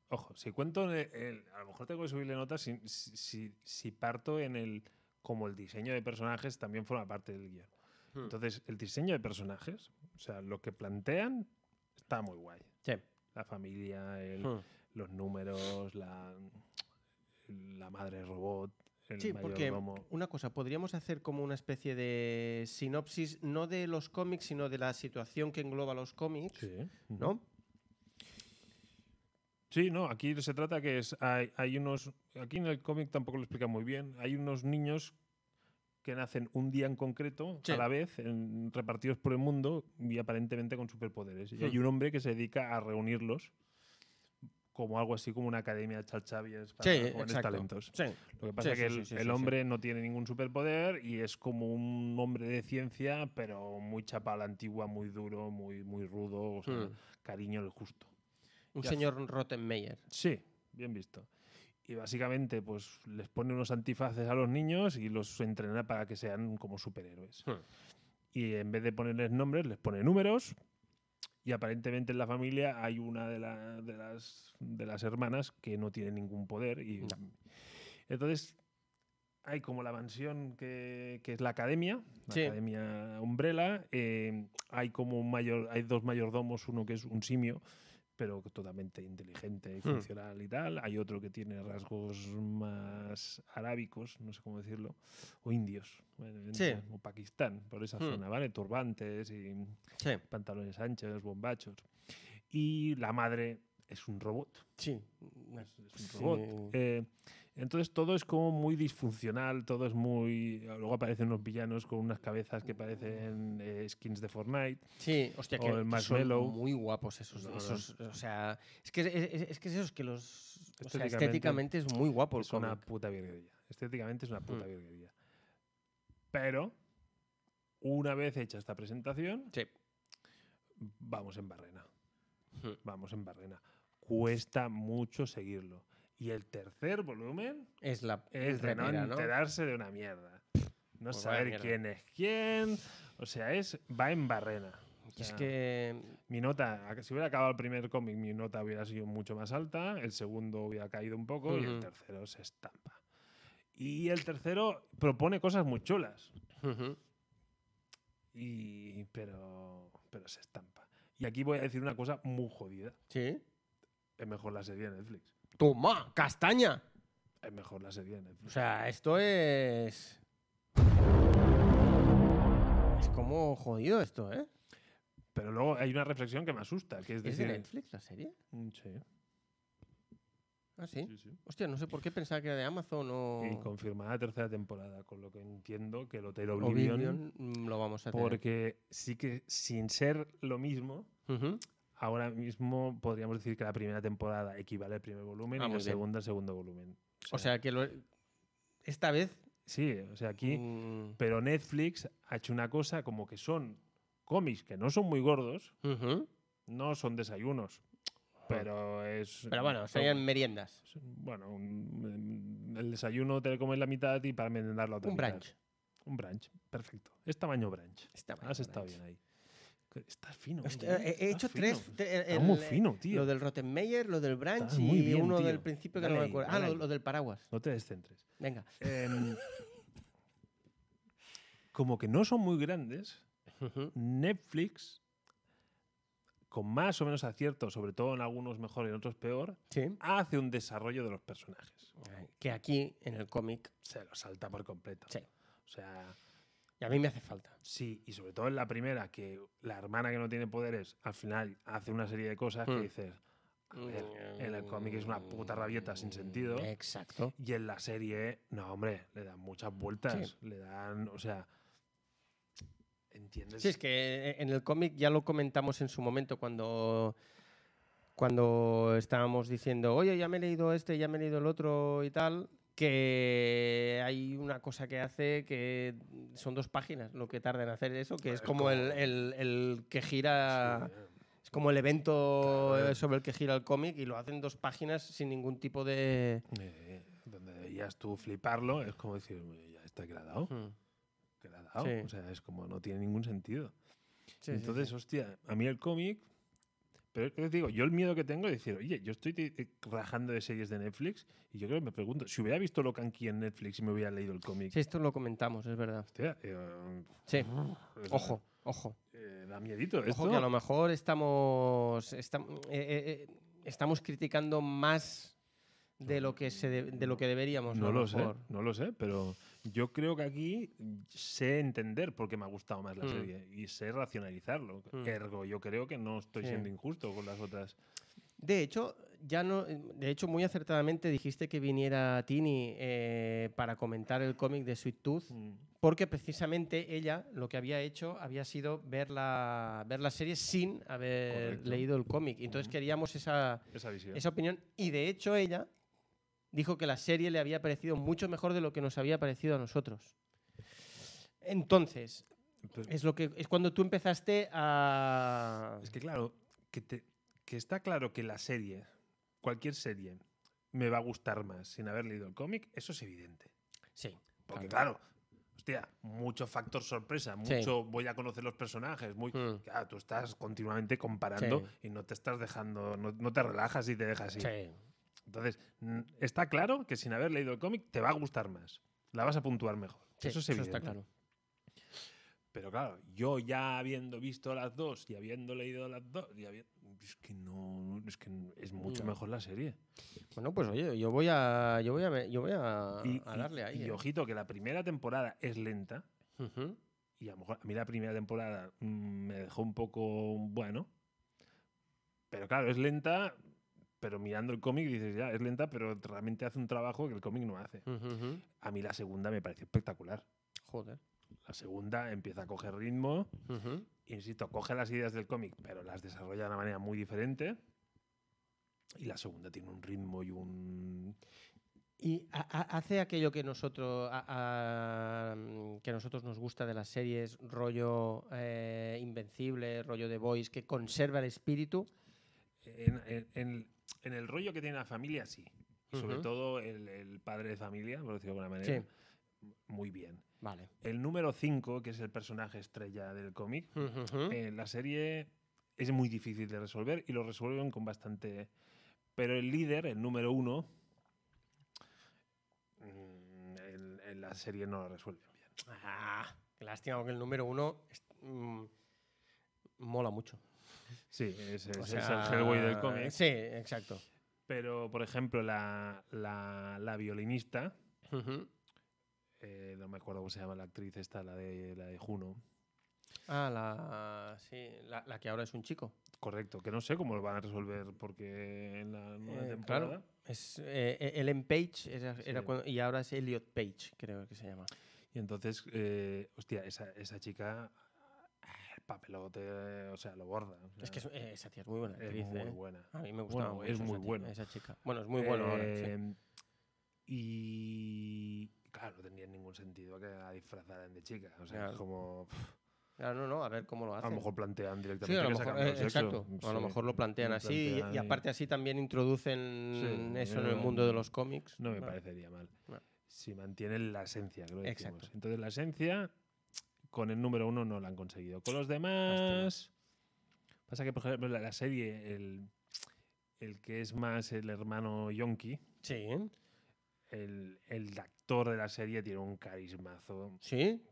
Ojo, si cuento. en el- el- a lo mejor tengo que subirle notas si, si- si- si parto en el. Como el diseño de personajes también forma parte del guión. Hmm. Entonces, el diseño de personajes, o sea, lo que plantean, está muy guay. Sí. La familia, el- Hmm. los números, la, la madre robot, el Sí, porque mayordomo. una cosa, podríamos hacer como una especie de sinopsis, no de los cómics, sino de la situación que engloba los cómics, Sí. ¿no? Sí, no, aquí se trata que es, hay, hay unos. Aquí en el cómic tampoco lo explica muy bien. Hay unos niños que nacen un día en concreto, Sí. a la vez, en- repartidos por el mundo y aparentemente con superpoderes. Y hay Hmm. un hombre que se dedica a reunirlos como algo así como una academia de chachavias para Sí, jóvenes exacto. talentos. Sí. Lo que pasa Sí, es que sí, el, sí, sí, el sí, sí. hombre no tiene ningún superpoder y es como un hombre de ciencia, pero muy chapa a la antigua, muy duro, muy, muy rudo, o sea, Hmm. cariño el justo. Un Mm. Ya. señor Rottenmeier. Sí, bien visto. Y básicamente, pues les pone unos antifaces a los niños y los entrena para que sean como superhéroes. Hmm. Y en vez de ponerles nombres, les pone números. Y aparentemente en la familia hay una de, la- de las, de las hermanas que no tiene ningún poder. Y, No. Entonces, hay como la mansión que, que es la academia, la Sí. academia Umbrella. eh, hay como un mayor, hay dos mayordomos, uno que es un simio, pero totalmente inteligente y Hmm. funcional y tal. Hay otro que tiene rasgos más arábicos, no sé cómo decirlo, o indios, bueno, India, o Pakistán, por esa Hmm. zona, ¿vale? Turbantes y Sí. pantalones anchos, bombachos. Y la madre es un robot Sí. es un robot. Sí. Eh, entonces todo es como muy disfuncional, todo es muy... Luego aparecen unos villanos con unas cabezas que parecen eh, skins de Fortnite. Sí, hostia, o que, el que son Marshmallow. muy guapos esos. No, no. esos o sea, es que, es, es que esos que los. o sea, Estéticamente- estéticamente es muy guapo el es una cómic. puta virguería. Estéticamente es una puta Mm. virguería. Pero, una vez hecha esta presentación, Sí. vamos en barrena. Hmm. Vamos en barrena. Cuesta mucho seguirlo. Y el tercer volumen Es la. es de no remera, ¿no? enterarse de una mierda. No Pues vaya saber mierda. quién es quién. O sea, es va en barrena. O Y es sea, que. Mi nota, a- si hubiera acabado el primer cómic, mi nota hubiera sido mucho más alta, el segundo hubiera caído un poco y el Ujú. tercero se estampa. Y el tercero propone cosas muy chulas, Ujú. y, pero, pero se estampa. Y aquí voy a decir una cosa muy jodida. Sí. Es mejor la serie de Netflix. ¡Toma! ¡Castaña! Es mejor la serie de Netflix. O sea, esto es. Es como jodido esto, ¿eh? pero luego hay una reflexión que me asusta, que es ¿Es de decir... Netflix la serie? Mm, sí, Ah, sí. sí, sí. Hostia, no sé por qué pensaba que era de Amazon o. Y confirmada tercera temporada, con lo que entiendo que el Hotel o Oblivion, Oblivion, mm, lo vamos a tener. porque sí que sin ser lo mismo, Ujú. ahora mismo podríamos decir que la primera temporada equivale al primer volumen Ah, y muy la bien. segunda al segundo volumen. O sea que lo- esta vez. sí, o sea, aquí. mm, Pero Netflix ha hecho una cosa como que son cómics que no son muy gordos, ujú. no son desayunos, pero es. Ah. Pero bueno, son- serían meriendas. Bueno, un- mm, el desayuno te lo comes la mitad y para merendar la otra Un mitad. brunch. Un brunch, perfecto. Es tamaño brunch. Está bien, Has estado brunch. Ah, bien ahí. Que Estás fino. Hostia, hombre, He, estás he hecho fino. tres. te- Estás el- muy el- fino, tío. Lo del Rottenmeier, lo del Branch Estás muy y bien, uno tío. del principio que no Dale me ahí, acuerdo. Ah, dale lo, ahí. lo del paraguas. No te descentres. Venga. Em, como que no son muy grandes, Ujú. Netflix, con más o menos acierto, sobre todo en algunos mejor y en otros peor, Sí. hace un desarrollo de los personajes. Ay, Que aquí, en el cómic. Se los salta por completo. Sí. O sea, Y a mí me hace falta. sí, y sobre todo en la primera, que la hermana que no tiene poderes, al final hace una serie de cosas que Hmm. dices, a ver, en el cómic es una puta rabieta sin sentido. Exacto. Y en la serie, no, hombre, le dan muchas vueltas, le dan, o sea, ¿entiendes? Sí, es que eh, en el cómic ya lo comentamos en su momento cuando, cuando estábamos diciendo, oye, ya me he leído este, ya me he leído el otro y tal, que hay una cosa que hace que son dos páginas lo que tarda en hacer eso, que es Es como el, como- el- el que Sí, gira, eh, es como el evento Claro. eh, sobre el que gira el cómic y lo hacen dos páginas sin ningún tipo de... eh, donde deberías tú fliparlo, es como decir, ya está que la ha dado, Hmm. que la ha dado. Sí. O sea, es como no tiene ningún sentido. Sí, sí, Entonces, sí. hostia, a mí el cómic. Pero es que te digo, yo el miedo que tengo es decir, oye, yo estoy te- te- rajando de series de Netflix y yo creo que me pregunto, si hubiera visto Locanqui en Netflix y me hubiera leído el cómic, Sí, esto lo comentamos, es verdad. hostia, eh, Sí, pues ojo, ojo. eh, da miedito esto. Ojo que a lo mejor estamos, estam- eh, eh, eh, estamos criticando más de lo que, se de, de lo que deberíamos. No a lo sé, mejor. no lo sé, pero yo creo que aquí sé entender por qué me ha gustado más la Mm. serie y sé racionalizarlo. Mm. Ergo, yo creo que no estoy Sí. siendo injusto con las otras. De hecho, ya no, de hecho, muy acertadamente dijiste que viniera Tini eh, para comentar el cómic de Sweet Tooth, porque precisamente ella lo que había hecho había sido ver la, ver la serie sin haber Correcto. leído el cómic. Y Entonces Ujú. queríamos esa, Esa visión. esa opinión y de hecho ella dijo que la serie le había parecido mucho mejor de lo que nos había parecido a nosotros. Entonces, Pues- es, lo que, es cuando tú empezaste a... Es que claro, que, te- que está claro que la serie, cualquier serie, me va a gustar más sin haber leído el cómic, eso es evidente. Sí. Porque claro, hostia, mucho factor sorpresa, Sí. mucho voy a conocer los personajes, muy... Mm. Claro, tú estás continuamente comparando y no te estás dejando, no, no te relajas y te dejas ir. Sí. Entonces, mm, está claro que sin haber leído el cómic te va a gustar más, la vas a puntuar mejor. Sí, eso es evidente. está claro. Pero claro, yo ya habiendo visto las dos y habiendo leído las dos, y habi- es que no, es que n- es mucho No. mejor la serie. Bueno, pues oye, yo voy a, yo voy a, ver- yo voy a, y, a y- darle ahí. y ¿eh? ojito que la primera temporada es lenta Ujú. y a lo mejor a mí la primera temporada mm, me dejó un poco bueno. Pero claro, es lenta, pero mirando el cómic dices ya, es lenta, pero realmente hace un trabajo que el cómic no hace. Ujú, ujú. A mí la segunda me pareció espectacular. Joder. La segunda empieza a coger ritmo, Ujú. insisto, coge las ideas del cómic, pero las desarrolla de una manera muy diferente. Y la segunda tiene un ritmo y un. Y ha- ha- hace aquello que nosotros a- a, mm, que nosotros nos gusta de las series, rollo eh, invencible, rollo de Boys, que conserva el espíritu. En, en- en- en el rollo que tiene la familia, sí. Y sobre Ujú. todo el, el padre de familia, por decirlo de alguna manera. Sí. Muy bien. Vale. El número 5, que es el personaje estrella del cómic, Ujú, ujú. eh, la serie es muy difícil de resolver y lo resuelven con bastante. Pero el líder, el número uno, mm, en, en la serie no lo resuelven bien. Ah, qué lástima porque el número uno es- mm, mola mucho. Sí, ese O es, sea, el Hellboy del cómic. Sí, exacto. Pero, por ejemplo, la, la- la violinista, Ujú. eh, no me acuerdo cómo se llama la actriz esta, la de, la de Juno, Ah, la, sí, la, la que ahora es un chico. correcto, que no sé cómo lo van a resolver porque en la nueva Eh, temporada... Claro, es eh, eh, Ellen Page era, era Sí. cuando- y ahora es Elliot Page, creo que se llama. Y entonces, eh, hostia, esa, esa chica, ah, el papelote, o sea, lo borda. o Es que es- sea, eh, esa tía es muy buena es actriz. muy eh. buena. A mí me gustaba Bueno, mucho es muy esa, ti- bueno. esa chica. Bueno, es muy bueno ahora. sí. Eh, Y claro, no tendría ningún sentido que la disfrazaran de chica. O sea, es Claro. como pf, Ah, no, no, a ver cómo lo a hacen. lo mejor plantean directamente Sí, a lo que se ha mejor, cambiado eh, de sexo. exacto. A lo Sí, mejor lo plantean lo así y- plantean y, aparte así también introducen Sí, eso en el no, mundo de los cómics. No me Vale. parecería mal. Vale. Si mantienen la esencia, creo que Exacto. decimos. Entonces, la esencia con el número uno no la han conseguido. Con los demás. Pasa que, por ejemplo, la, la serie, el, el que es más el hermano Yonki, Sí, el, el actor de la serie tiene un carismazo. sí.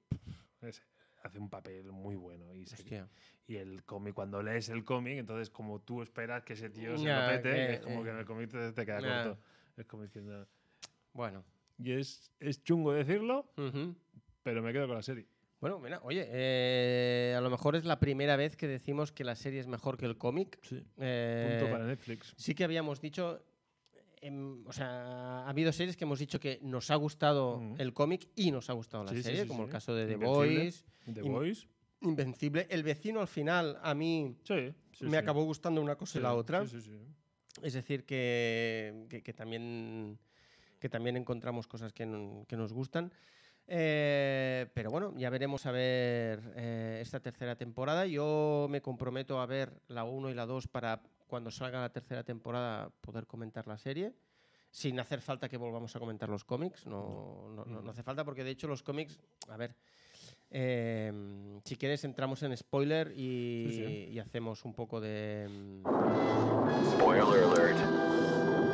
es- hace un papel muy bueno. Y, se- Hostia. y el cómic, cuando lees el cómic, entonces, como tú esperas que ese tío se Ya, lo pete, que- eh, es como que en el cómic te, te queda Ya. corto. Es como diciendo. Bueno. Y es, es chungo decirlo, Ujú. pero me quedo con la serie. Bueno, mira, oye, eh, a lo mejor es la primera vez que decimos que la serie es mejor que el cómic. Eh, Punto para Netflix. Sí que habíamos dicho, em, o sea, ha habido series que hemos dicho que nos ha gustado Mm. el cómic y nos ha gustado la Sí, sí, serie, sí, como sí. el caso de The Invencible. Boys, The y- Voice. Invencible. El vecino al final a mí Sí, sí, me sí. acabó gustando una cosa Sí, y la otra. Sí, sí, sí. Es decir, que, que- que también, que también encontramos cosas que, no- que nos gustan. Eh, pero bueno, ya veremos a ver eh, esta tercera temporada. Yo me comprometo a ver la 1 y la 2 para cuando salga la tercera temporada poder comentar la serie. Sin hacer falta que volvamos a comentar los cómics. No, no- no- no hace falta porque de hecho los cómics, a ver, eh, si quieres entramos en spoiler y, Sí, sí. y hacemos un poco de... mm, Spoiler alert.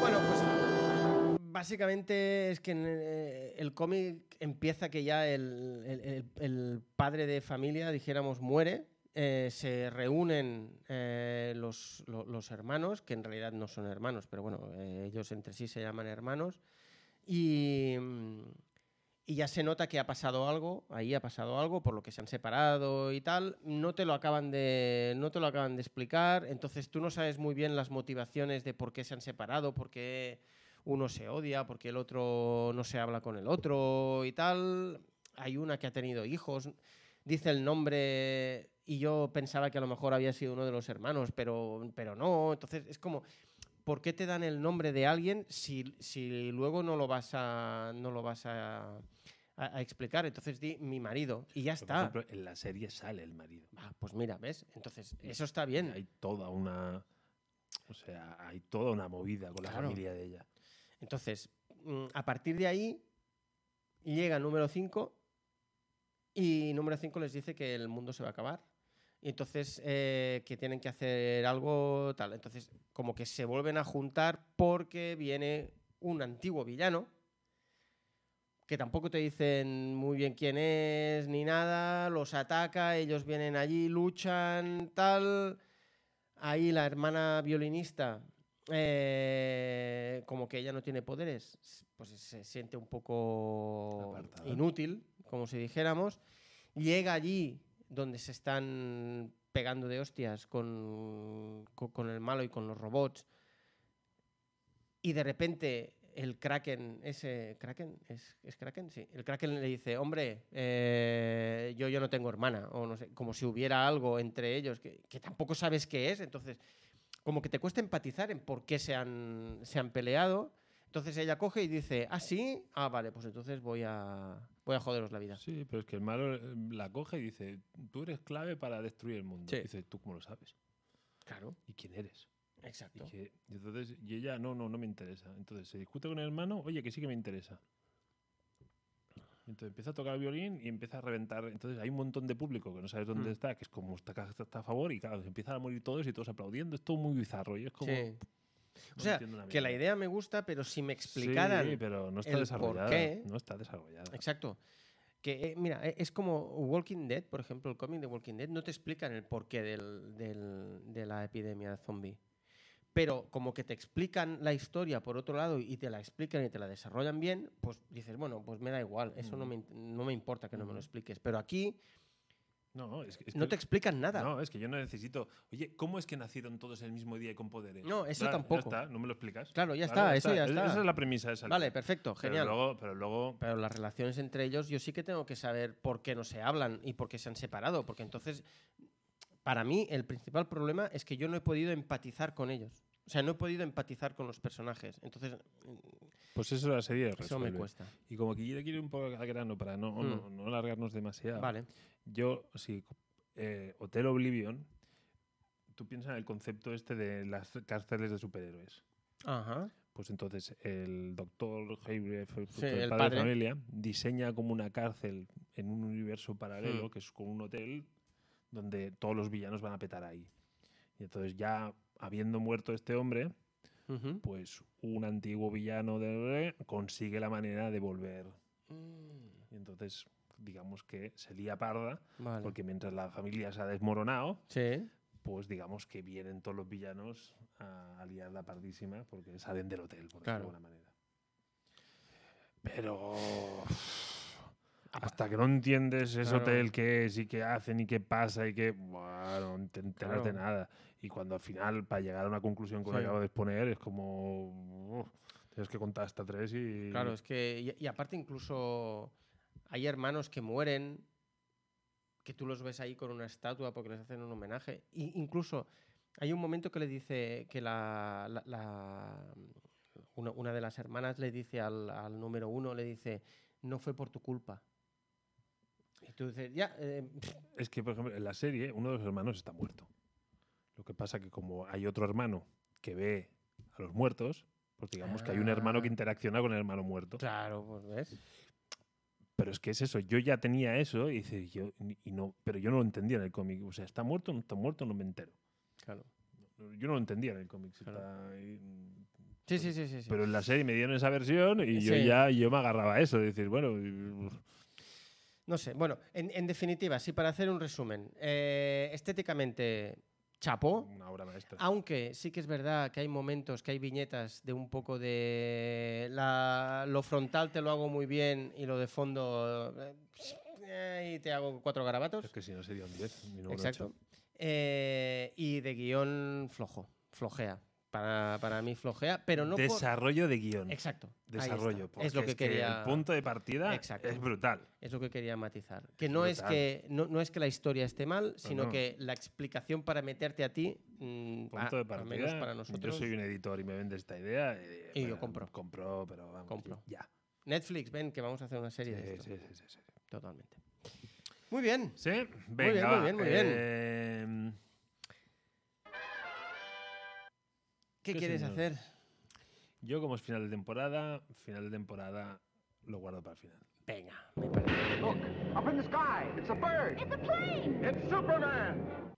Bueno, pues básicamente es que en, eh, el cómic empieza que ya el, el- el- el padre de familia, dijéramos, muere. eh, se reúnen eh, los, lo- los hermanos, que en realidad no son hermanos, pero bueno, eh, ellos entre sí se llaman hermanos. Y, mm, y ya se nota que ha pasado algo, ahí ha pasado algo, por lo que se han separado y tal, no te lo acaban de, no te lo acaban de explicar, entonces tú no sabes muy bien las motivaciones de por qué se han separado, por qué uno se odia, por qué el otro no se habla con el otro y tal. Hay una que ha tenido hijos, dice el nombre y yo pensaba que a lo mejor había sido uno de los hermanos, pero, pero no, entonces es como... ¿por qué te dan el nombre de alguien si, si luego no lo vas a, no lo vas a, a- a explicar? Entonces di mi marido y ya Por está. ejemplo, en la serie sale el marido. Ah, pues mira, ¿ves? Entonces, eso está bien. Hay toda una. O sea, hay toda una movida con la Claro. familia de ella. Entonces, mm, a partir de ahí, llega el número 5 y número 5 les dice que el mundo se va a acabar. Y entonces, eh, que tienen que hacer algo tal. Entonces, como que se vuelven a juntar porque viene un antiguo villano que tampoco te dicen muy bien quién es ni nada, los ataca, ellos vienen allí, luchan, tal. Ahí la hermana violinista, eh, como que ella no tiene poderes, s- pues se siente un poco Apartada. inútil, como si dijéramos. Llega allí donde se están pegando de hostias con, co- con el malo y con los robots. Y de repente el Kraken, ese Kraken, ¿es, es Kraken? Sí. El Kraken le dice, hombre, eh, yo, yo no tengo hermana, o no sé, como si hubiera algo entre ellos que, que tampoco sabes qué es, entonces como que te cuesta empatizar en por qué se han, se han peleado. Entonces ella coge y dice, ah, sí, ah, vale, pues entonces voy a, voy a joderos la vida. Sí, pero es que el malo eh, la coge y dice: Tú eres clave para destruir el mundo. Sí. Dice: ¿Tú cómo lo sabes? Claro, ¿Y quién eres? Y, exacto. que- y entonces, y ella, no, no, no me interesa. Entonces se discute con el hermano, oye, que sí que me interesa. Y Entonces empieza a tocar el violín y empieza a reventar. Entonces hay un montón de público que no sabes dónde Mm. está, que es como está, ca- está a favor y claro, se empiezan a morir todos y todos aplaudiendo. Es todo muy bizarro y es como. Sí. no O sea, entiendo una que la mierda. idea me gusta, pero si me Sí, explicaran pero no el está por desarrollada. qué. No está desarrollada. Exacto. Que, eh, mira, eh, es como Walking Dead, por ejemplo, el cómic de Walking Dead, no te explican el porqué del- del- de la epidemia zombie. Pero como que te explican la historia por otro lado y te la explican y te la desarrollan bien, pues dices, bueno, pues me da igual, eso no, me, in- no me importa que no me lo Ujú. expliques. Pero aquí No, es que, es no que- te explican nada. No, es que yo no necesito. Oye, ¿cómo es que nacieron todos el mismo día y con poderes? No, eso Claro, ya tampoco. está, no me lo explicas. Claro, ya Claro, está, eso ya Es- está. e-, Esa es la premisa de esa vale, ley. perfecto, Pero genial. luego- pero luego Pero las relaciones entre ellos yo sí que tengo que saber por qué no se hablan y por qué se han separado, porque entonces, para mí, el principal problema es que yo no he podido empatizar con ellos. O sea, no he podido empatizar con los personajes. Entonces, mm, Pues eso la serie eso me resuelve. cuesta. Y como que yo quiero ir un poco al grano para no, Mm. no, no alargarnos demasiado. Vale. Yo, sí, eh, Hotel Oblivion, tú piensas en el concepto este de las cárceles de superhéroes. Ajá. Pues entonces el doctor Heibre, Sí, el, padre, el padre. de familia, diseña como una cárcel en un universo paralelo, Hmm. que es como un hotel donde todos los villanos van a petar ahí. Y entonces ya habiendo muerto este hombre, Ujú. pues un antiguo villano de consigue la manera de volver. Y entonces, digamos que se lía parda, Vale. porque mientras la familia se ha desmoronado, Sí. pues digamos que vienen todos los villanos a, a liar la pardísima porque salen del hotel, por Claro. decirlo de alguna manera. Pero. Hasta que no entiendes ese Claro. hotel qué es y qué hacen y qué pasa y qué. Bueno, no te enteras de Claro. nada. Y cuando al final, para llegar a una conclusión que os Sí. acabo de exponer, es como. uf, tienes que contar hasta tres y. Claro, es que. Y, y aparte, incluso hay hermanos que mueren, que tú los ves ahí con una estatua porque les hacen un homenaje. Y incluso hay un momento que le dice que la. la- la- una, una de las hermanas le dice al, al número uno, le dice, no fue por tu culpa. Y tú dices, ya, eh, Es que, por ejemplo, en la serie uno de los hermanos está muerto. Lo que pasa que como hay otro hermano que ve a los muertos, pues digamos que hay un hermano que Ah. interacciona con el hermano muerto. claro, pues ves. Pero es que es eso, yo ya tenía eso y dice, yo, y no, pero yo no lo entendía en el cómic. O sea, está muerto, no está muerto, no me entero. Claro. Yo no lo entendía en el cómic. si Claro. está ahí- Sí, sí, sí, sí. sí. Pero en la serie me dieron esa versión y yo Sí. ya yo me agarraba a eso. de Decir, bueno, y- No sé, bueno, en, en definitiva, sí, para hacer un resumen, eh, estéticamente chapó. Una obra maestra. Aunque sí que es verdad que hay momentos, que hay viñetas de un poco de la- lo frontal te lo hago muy bien y lo de fondo eh, y te hago cuatro garabatos. Es que si no sería un 10, mi número Exacto. ocho. Eh, y de guión flojo, flojea. Para, para mí flojea, pero no... por- Desarrollo de guión. Exacto. ahí Desarrollo. está. Es porque lo que que quería... el punto de partida Exacto. es brutal. Es lo que quería matizar. Que no es brutal. que, no, no es que la historia esté mal, sino no. que la explicación para meterte a ti, mm, a- Punto de al partida. menos para nosotros, Yo soy un editor y me vende esta idea. eh, Y yo bueno, compro. Compro, pero vamos. Compro. Ya. Netflix, ven que vamos a hacer una Sí, serie de esto. sí, sí, sí, sí. Totalmente. Muy bien. ¿Sí? Venga, bien, muy va. bien, muy bien. Eh, ¿Qué Sí, quieres señor. hacer? yo, como es final de temporada, final de temporada lo guardo para el final. Venga, me parece. muy bien. Up in the sky, it's a bird. It's a plane. It's Superman.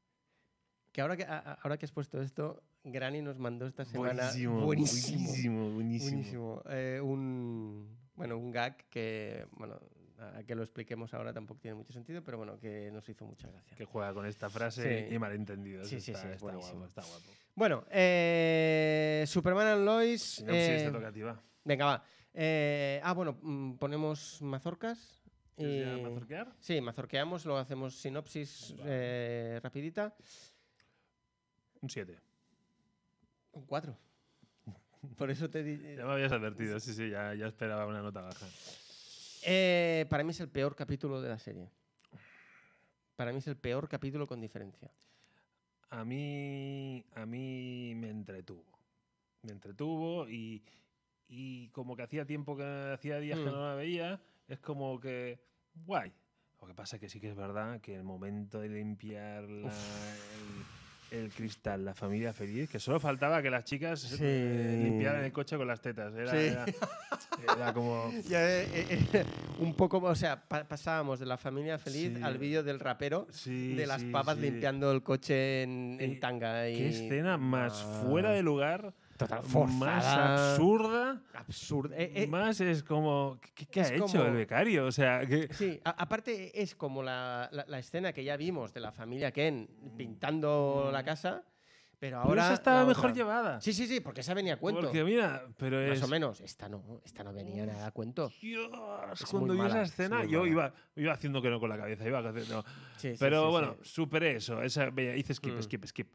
Que ahora que, a- a- ahora que has puesto esto, Granny nos mandó esta semana. Buenísimo, buenísimo. buenísimo, buenísimo. buenísimo. Eh, un, bueno, un gag que, bueno, a que lo expliquemos ahora tampoco tiene mucho sentido, pero bueno, que nos hizo mucha gracia. Que juega con esta frase Sí. y malentendidos. Sí, sí, está, sí, es está buenísimo. guapo, está guapo. Bueno, eh, Superman and Lois. Sinopsis eh, de tocativa. venga, va. Eh, ah, bueno, mm, ponemos mazorcas. ¿Quieres ya y- mazorquear? Sí, mazorqueamos, lo hacemos sinopsis eh, rapidita. Un 7. Un 4. Por eso te di- Ya me habías advertido, sí, sí, ya, ya esperaba una nota baja. Eh, para mí es el peor capítulo de la serie. Para mí es el peor capítulo con diferencia. A mí, a mí me entretuvo. Me entretuvo y, y como que hacía tiempo que hacía días que Mm. no la veía, es como que guay. Lo que pasa que sí que es verdad que el momento de limpiar la- el, el cristal, la familia feliz, que solo faltaba que las chicas eh, Sí. limpiaran el coche con las tetas. Era, Sí. era- era como... eh, un poco, o sea, pa- pasábamos de la familia feliz Sí. al vídeo del rapero Sí, de las sí, papas sí. limpiando el coche en, en Eh, tanga. Y Qué escena más fuera de lugar, Total, más Ah. forzada. absurda. absurda. Eh, eh, más es como, ¿qué, qué es ha hecho como- el becario? O sea, que... Sí, a- aparte es como la, la- la escena que ya vimos de la familia Ken pintando la casa, Mm. pero Pero ahora... esa estaba la mejor otra. llevada. Sí, sí, sí, porque esa venía a cuento. Porque mira, pero Más es... o menos. Esta no, esta no venía nada a cuento. Dios, Es cuando muy vi mala, esa es escena muy yo mala. iba, iba haciendo que no con la cabeza, iba haciendo... Sí, sí, pero sí, bueno, sí. superé eso. Esa, veía, hice skip, Mm. skip, skip.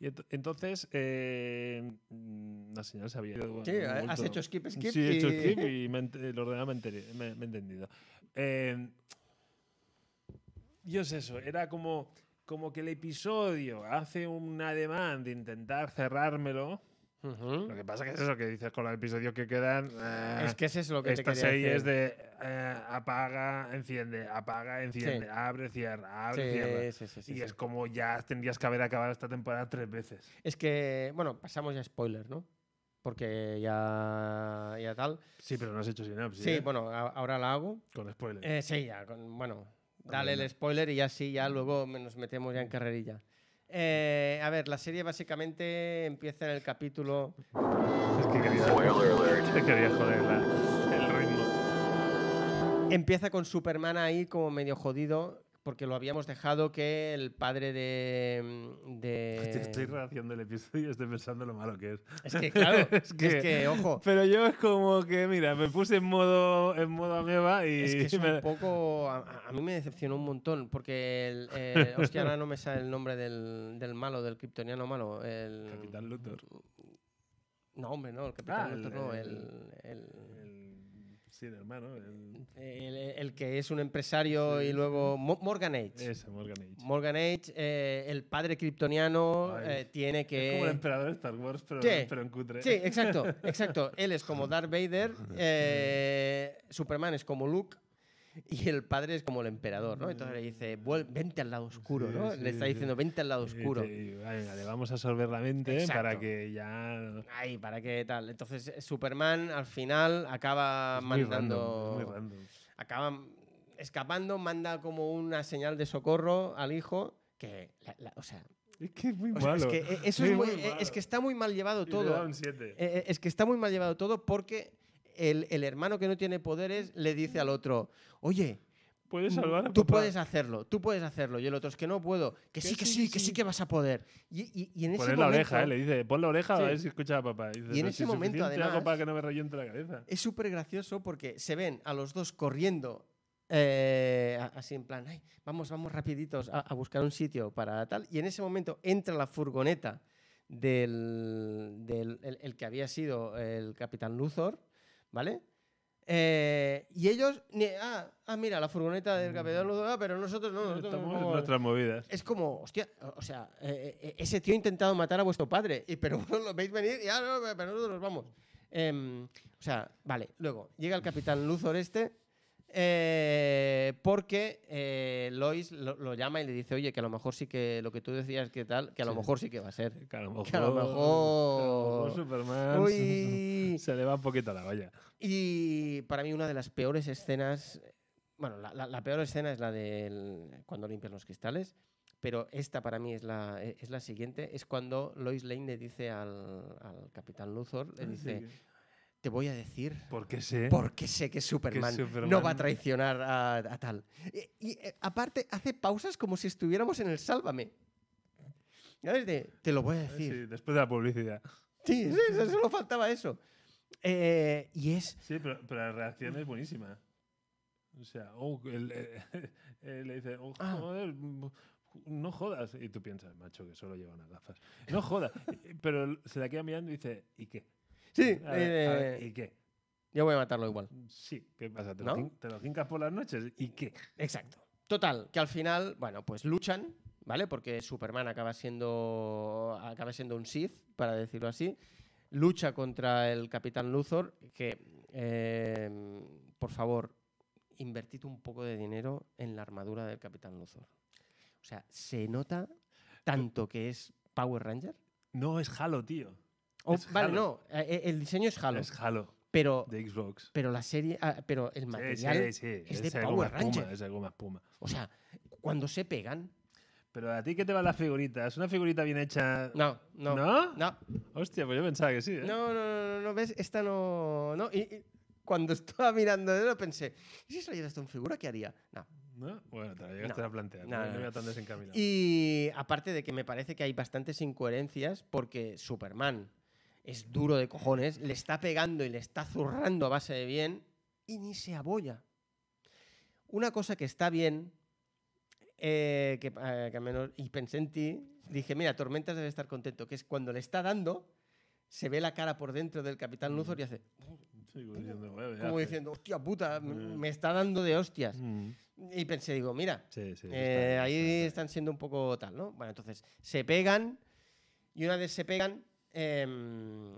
Y ent- entonces, eh, mm, la señal sabía. Sí, eh, has hecho skip, skip Sí, he hecho y- skip y me, ent- el ordenador me, ha enteri- me- me ha entendido. Eh, yo es eso, era como, como que el episodio hace un ademán de intentar cerrármelo. Lo que pasa que es eso que dices con los episodios que quedan. eh, Es que ese es lo que te esta quería serie decir. es de eh, apaga, enciende, apaga, enciende, Sí. abre, cierra, abre, cierra. Sí, sí, sí, sí, y sí. es como ya tendrías que haber acabado esta temporada tres veces. Es que, bueno, pasamos ya a spoiler, ¿no? Porque ya, ya tal. Sí, pero no has hecho sinapsis. Sí, ¿eh? bueno, a- ahora la hago. Con spoiler. Eh, sí, ya, con- bueno, dale También. el spoiler y ya sí, Mm. ya luego me- nos metemos ya en carrerilla. Eh, a ver, la serie básicamente empieza en el capítulo... Es que quería, Spoiler alert. te quería joder la- el Eh. ritmo. Empieza con Superman ahí como medio jodido, porque lo habíamos dejado que el padre de... Hostia, Estoy de... reaccionando el episodio y estoy pensando lo malo que es. Es que, claro, Es es, que- que... ojo, Pero yo es como que, mira, me puse en modo, en modo ameba y es que es me- un poco... A, a mí me decepcionó un montón, porque... El, eh, hostia, ahora no me sale el nombre del, del malo, del kryptoniano malo. El... Capitán Luthor. No, hombre, no, el capitán Ah, el- Luthor no, el- el- el... El- sí, el hermano. El, El, el que es un empresario Sí, y sí. luego Mo- Morgan Age. ese, Morgan Age. Morgan Age, eh, el padre kryptoniano, Ay, eh, tiene Es como ¿eh? el que... emperador de Star Wars, pero, Sí. pero en cutre. Sí, exacto, exacto. Él es como Darth Vader, eh, Superman es como Luke y el padre es como el emperador, ¿no? Entonces le dice, "Vuel- vente al lado oscuro, Mm. Sí, ¿no? sí, le está sí. diciendo, vente al lado Y oscuro. te- y, venga, le vamos a absorber la mente Exacto. para que ya. Ay, ¿para qué tal? Entonces eh, Superman al final acaba Es muy mandando... random, es muy random. acaba escapando, manda como una señal de socorro al hijo, que, la- la- o sea, Es que es muy o sea, malo. es que eh, eso es, muy- eh, malo. es que está muy mal llevado Y le da todo. un Eh, 7. eh, Es que está muy mal llevado todo porque el, el hermano que no tiene poderes le dice al otro, oye, Puedes salvar a mm, Tú papá. puedes hacerlo, tú puedes hacerlo. Y el otro es que no puedo. Que sí, que sí, que sí que vas a poder. Y, y- y en ese Poner la momento, oreja, ¿eh? le dice, pon la oreja Sí. a ver si escucha a papá. Dice, Y en "No, ese si momento, suficiente hago además- para que no me reviente la cabeza. Es súper gracioso porque se ven a los dos corriendo, eh, a- así en plan, "Ay, vamos, vamos rapiditos a, a buscar un sitio para tal. Y en ese momento entra la furgoneta del, del- el, el que había sido el capitán Luthor, ¿vale? Eh, y ellos, ni- ah, ah, mira, la furgoneta del capitán Luthor, ah, pero nosotros no, nosotros Mm. no Estamos en vamos". nuestras movidas. Es como, hostia, o- o sea, eh, eh, ese tío ha intentado matar a vuestro padre, y, pero vosotros lo veis venir y ahora no, pero nosotros nos vamos. Em, o sea, vale, luego llega el capitán Luthor este eh, porque eh, Lois lo, lo llama y le dice, oye, que a lo mejor sí que lo que tú decías que tal, que a lo Sí. mejor sí que va a ser. Eh, Que a lo mejor, que a lo mejor- que a lo mejor Superman Uy. se le va un poquito la valla. Y para mí una de las peores escenas, bueno, la, la- la peor escena es la de cuando limpian los cristales, pero esta para mí es la, e- es la siguiente, es cuando Lois Lane le dice al, al capitán Luthor, le dice, te voy a decir Porque sé. porque sé que Superman, no Superman- va a traicionar a, a tal. Y, y, eh, aparte hace pausas como si estuviéramos en el Sálvame. ¿Sabes? De, te lo voy a Eh, Sí, decir. después de la publicidad. Ah, Sí, sí, sí, solo faltaba eso. Eh, y es Sí, pero, pero la reacción es buenísima. O sea, oh, el- eh, eh, le dice, oh, Ah. joder, mm, no jodas. Y tú piensas, macho, que solo lleva unas gafas. No jodas. pero se la queda mirando y dice, ¿y qué? Sí, A ver, a ver, eh, ¿y qué? yo voy a matarlo igual. Sí, ¿qué pasa? ¿Te, ¿No? lo, jin- te lo jincas por las noches? ¿Y qué? Exacto. Total, que al final, bueno, pues luchan, ¿vale? Porque Superman acaba siendo, acaba siendo un Sith, para decirlo así. Lucha contra el Capitán Luthor, que, eh, por favor, invertid un poco de dinero en la armadura del Capitán Luthor. O sea, se nota tanto que es Power Ranger. No, es Halo, tío. O- Es vale, Halo. no, eh, el diseño es Halo, Es Halo pero, de Xbox. pero la serie, ah, pero el sí, material sí, sí. es de algo Power más puma, Ranger. es algo más puma. O sea, cuando se pegan. Pero a ti, ¿qué te va la figurita? ¿Es una figurita bien hecha? No, no. ¿No? No, Hostia, pues yo pensaba que sí. ¿eh? no, no, no, no, no, ¿ves? Esta no. no. Y, y cuando estaba mirando, yo pensé, ¿y si saliera esto en figura, qué haría? No. ¿No? Bueno, te la llegaste No. a plantear. No, No, no, no, no. iba tan desencaminado. Y aparte de que me parece que hay bastantes incoherencias, porque Superman es duro de cojones, le está pegando y le está zurrando a base de bien, y ni se aboya. Una cosa que está bien, eh, que, eh, que al menos, y pensé en ti, dije, mira, Tormentas debe estar contento, que es cuando le está dando, se ve la cara por dentro del Capitán Luthor y hace, Sí, como diciendo, "Bueno, ya, como pues". diciendo, hostia puta, me- Mm. me está dando de hostias. Mm. Y pensé, digo, mira, Sí, sí. eh, ahí están siendo un poco tal, ¿no? Bueno, entonces se pegan y una vez se pegan, em,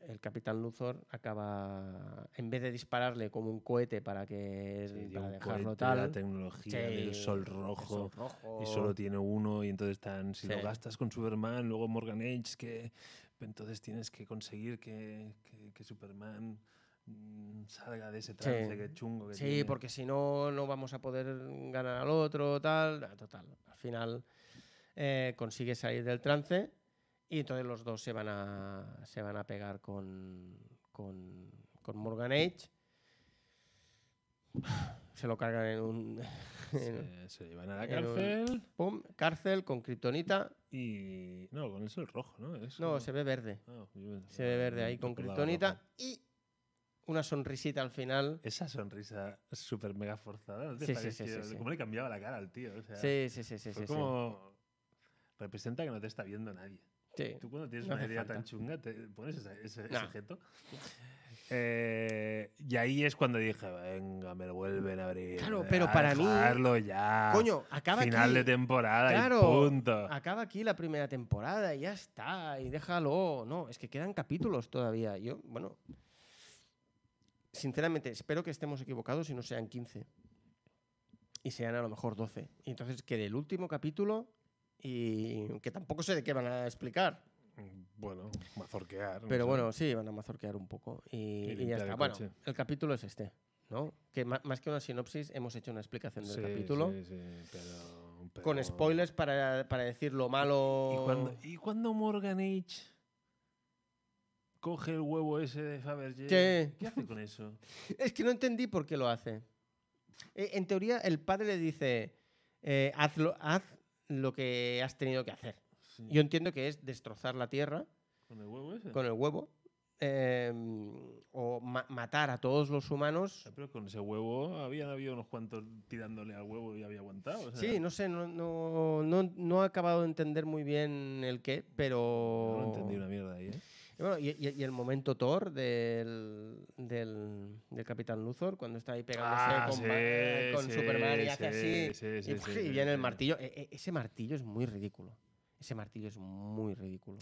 el capitán Luthor acaba, en vez de dispararle como un cohete para que eh, para dejarlo La tal, tecnología sí, del sol el rojo. sol rojo, Y solo tiene uno, y entonces tan, si Sí. lo gastas con Superman, luego Morgan Edge, que entonces tienes que conseguir que, que- que Superman mm, salga de ese trance, que chungo que Sí, tiene. porque si no, no vamos a poder ganar al otro, tal. Ah, Total. Al final eh, consigue salir del trance y entonces los dos se van a, se van a pegar con, con, con Morgan Edge. Se lo cargan en un. Se, en- se llevan a la en un- cárcel pum, cárcel con kriptonita. y... No, con el sol rojo, ¿no? Es No, como- se ve verde. Ah, yo pensaba Se ve que verde no ahí con recordaba kriptonita rojo. y una sonrisita al final. Esa sonrisa súper mega forzada. ¿no te Sí, sí, pareció? sí, sí, sí. Cómo le cambiaba la cara al tío. O sea, Sí, sí, sí, sí. fue sí, sí. como... Representa que no te está viendo nadie. Sí. Tú cuando tienes No una hace idea falta. tan chunga, te pones esa- ese, ese Nah. objeto. Eh, y ahí es cuando dije, venga, me lo vuelven a abrir. Claro, eh, pero a para mí- dejarlo ya. Coño, acaba Final aquí. de temporada Claro, Ah. y punto. acaba aquí la primera temporada y ya está, y déjalo. No, es que quedan capítulos todavía. Yo, bueno, sinceramente, espero que estemos equivocados y no sean 15. Y sean a lo mejor 12. Y entonces que del último capítulo y que tampoco sé de qué van a explicar. Bueno, mazorquear. no Pero sé. bueno, sí, van a mazorquear un poco. Y, y ya limpiar está. el Bueno, coche. el capítulo es este, ¿no? Que ma- más que una sinopsis, hemos hecho una explicación del Sí, capítulo. sí, sí, pero- Con pero- spoilers para, para decir lo malo. ¿Y cuando, Oh. y cuando Morgan Age coge el huevo ese de Fabergé? Sí. ¿Qué hace con eso? Es que no entendí por qué lo hace. Eh, en teoría, el padre le dice, eh, haz, lo, haz lo que has tenido que hacer. Sí. Yo entiendo que es destrozar la tierra ¿Con el huevo ese? con el huevo eh, o ma- matar a todos los humanos. Ah, Pero con ese huevo habían habido unos cuantos tirándole al huevo y había aguantado. o sea, Sí, no sé, no, no, no, no he acabado de entender muy bien el qué, pero... no lo Oh. entendí una mierda ahí, ¿eh? Y, bueno, y- y- y el momento Thor del, del, del Capitán Luthor, cuando está ahí pegándose Ah, con, sí, Ba- con sí, Superman y hace sí, así. sí, sí, y, sí, ¡puf! y sí, viene el sí. martillo. E- e- ese martillo es muy ridículo. Ese martillo es muy ridículo.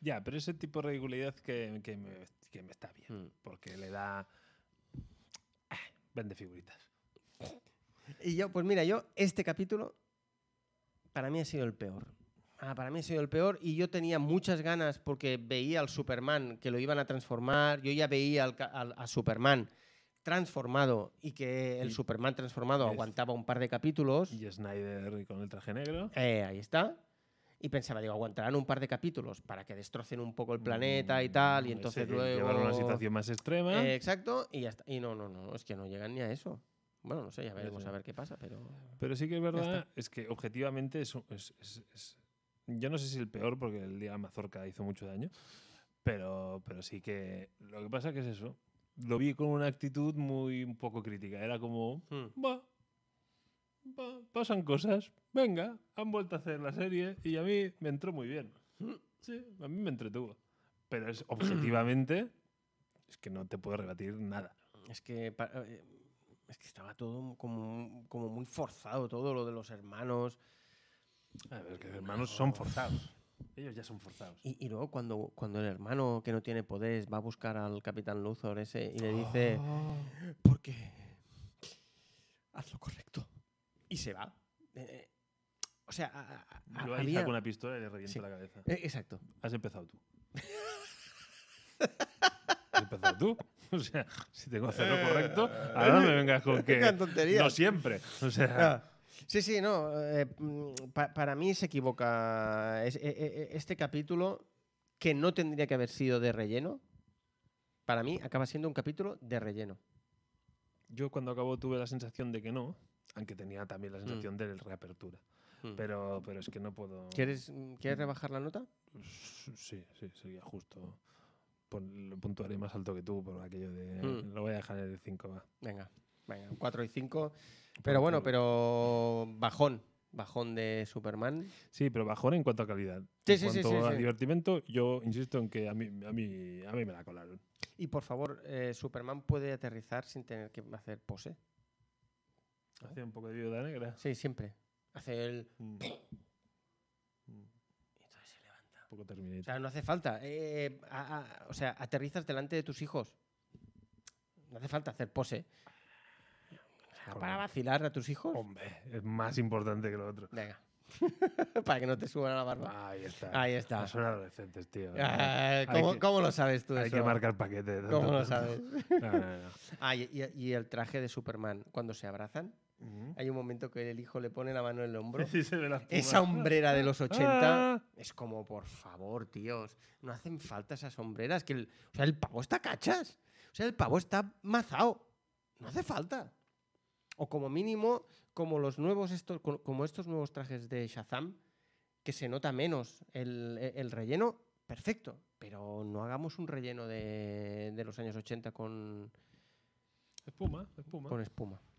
Ya, pero ese tipo de ridiculidad que, que me, que me está bien. Mm. Porque le da. Ah, Vende figuritas. Y yo, pues mira, yo, este capítulo para mí ha sido el peor. Ah, para mí ha sido el peor y yo tenía muchas ganas porque veía al Superman que lo iban a transformar. Yo ya veía al ca- al- a Superman transformado y que el Y- Superman transformado es- aguantaba un par de capítulos. Y Snyder con el traje negro. Eh, ahí está. Y pensaba, digo, aguantarán un par de capítulos para que destrocen un poco el planeta y tal. Y Mm, entonces ese que luego. Llevaron una situación más extrema. Eh, exacto, y ya está. Y no, no, no, es que no llegan ni a eso. Bueno, no sé, ya veremos sé. a ver qué pasa, pero. Pero sí que es está. verdad, es que objetivamente es, un- es- es- es- Yo no sé si el peor, porque el día de la Mazorca hizo mucho daño, pero, pero sí que. Lo que pasa que es eso. Lo vi con una actitud muy un poco crítica. Era como. Hmm. Va, va, pasan cosas. Venga, han vuelto a hacer la serie y a mí me entró muy bien. Sí, a mí me entretuvo. Pero es objetivamente. es que no te puedo rebatir nada. Es que. pa- eh, Es que estaba todo como, como muy forzado, todo lo de los hermanos. A ver, que los hermanos son forzados. Ellos ya son forzados. Y, y luego cuando, cuando el hermano que no tiene poderes va a buscar al Capitán Luthor ese y le dice. Ah. Porque. Ah, Haz lo correcto. Y se va. Eh, eh, o sea, a- a- a- Yo ahí había- saco una pistola y le reviento Sí. la cabeza. Eh, exacto. Has empezado tú. Has empezado tú. O sea, si tengo que hacer lo correcto, ahora no me vengas con que. Venga, tonterías. No siempre. O sea, Ah, Sí, sí, no. eh, mm, pa- para mí se equivoca es- e- e- e- este capítulo que no tendría que haber sido de relleno. Para mí acaba siendo un capítulo de relleno. yo cuando acabó tuve la sensación de que no, aunque tenía también la Mm. sensación de reapertura. Hmm. Pero, pero es que no puedo. ¿Quieres, mm, ¿Quieres rebajar la nota? Sí, sí, sería justo. Pon- Lo puntuaré más alto que tú por aquello de. Mm. Lo voy a dejar en el 5. va. Venga, venga, 4 y 5. Pero bueno, pero bajón. Bajón de Superman. Sí, pero bajón en cuanto a calidad. Sí, en sí, sí, cuanto sí, a sí. divertimento, yo insisto en que a mí, a mí, a mí me la colaron. Y por favor, eh, Superman puede aterrizar sin tener que hacer pose. Hace un poco de viuda negra. Sí, siempre. Hace el. Mm, y entonces se levanta. Un poco O Terminator. sea, no hace falta. eh, a- a- o sea, aterrizas delante de tus hijos. No hace falta hacer pose. O sea, Joder. para vacilar a tus hijos. Hombre, es más importante que lo otro. Venga. para que no te suban a la barba. Ahí está. Ahí está. Son adolescentes, tío. Ah, Hay ¿cómo, que- cómo lo sabes tú Hay eso? que marcar paquete. ¿Cómo lo sabes? No, no, no. Ah, y, y- y el traje de Superman, cuando se abrazan, Ujú. hay un momento que el hijo le pone la mano en el hombro. Sí, se ve la espuma. Esa hombrera de los 80 Ah. es como, por favor, tíos, no hacen falta esas hombreras. Que el, o sea, el pavo está cachas. O sea, el pavo está mazao. No hace falta. O como mínimo, como los nuevos estos, co- como estos nuevos trajes de Shazam, que se nota menos el, el relleno, perfecto. Pero no hagamos un relleno de, de los años 80 con, Espuma, espuma. con espuma. Pues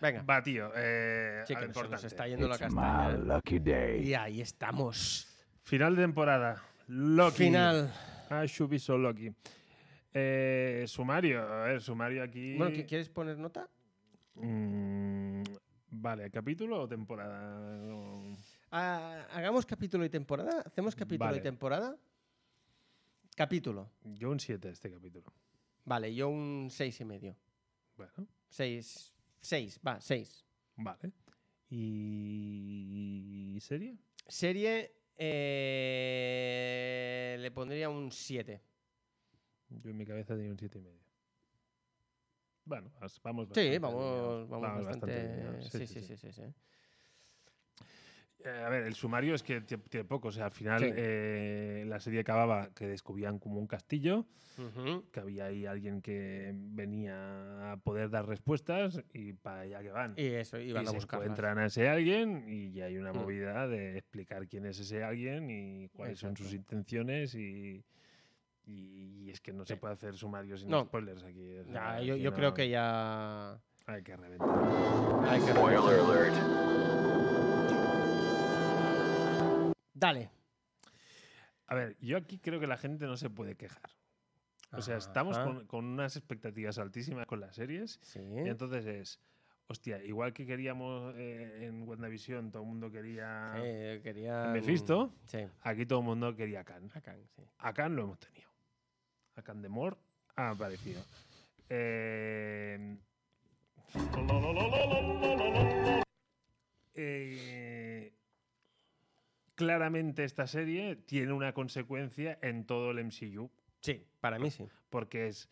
Venga, Va, tío. Eh, che, a lo que se nos importante. está yendo la castaña. ¿eh? lucky day. Y ahí estamos. Final de temporada. Loki. Final. Ah, Shubi son Loki. Eh, sumario. A ver, sumario aquí. Bueno, ¿qui- ¿quieres poner nota? Mm, vale, ¿capítulo o temporada? No. Ah, Hagamos capítulo y temporada. Hacemos capítulo Vale. y temporada. Capítulo. Yo un 7 este capítulo. Vale, yo un seis y medio. Bueno, Seis. Seis, va, seis. vale. ¿Y serie? Serie eh, le pondría un 7. Yo en mi cabeza tenía un 7 y medio. Bueno, as- vamos bastante Sí, vamos, alineados. vamos bastante. alineados. sí, sí, sí, sí, sí. Eh, a ver, el sumario es que tie- tiene poco. O sea, al final Sí. eh, la serie acababa que descubrían como un castillo, Ujú. que había ahí alguien que venía a poder dar respuestas y para allá que van. Y eso, Y iban a se buscar. encuentran a ese alguien y ya hay una Mm. movida de explicar quién es ese alguien y cuáles son sus intenciones y, y- y es que no se Sí. puede hacer sumario sin No. spoilers aquí. o sea, Ya, yo, aquí yo no- creo que ya. Hay que reventar. hay que- Spoiler alert. Dale. A ver, yo aquí creo que la gente no se puede quejar. O sea, estamos Ajá. con, con unas expectativas altísimas con las series Sí. y entonces es... Hostia, igual que queríamos eh, en WandaVision, todo el mundo quería... Sí, quería. Ah. Mephisto. Sí. Aquí todo el mundo quería Khan. a Kang, sí. A Khan lo hemos tenido. A Khan de Mor ha aparecido. Eh, eh, claramente esta serie tiene una consecuencia en todo el MCU, Sí, para mí sí. porque es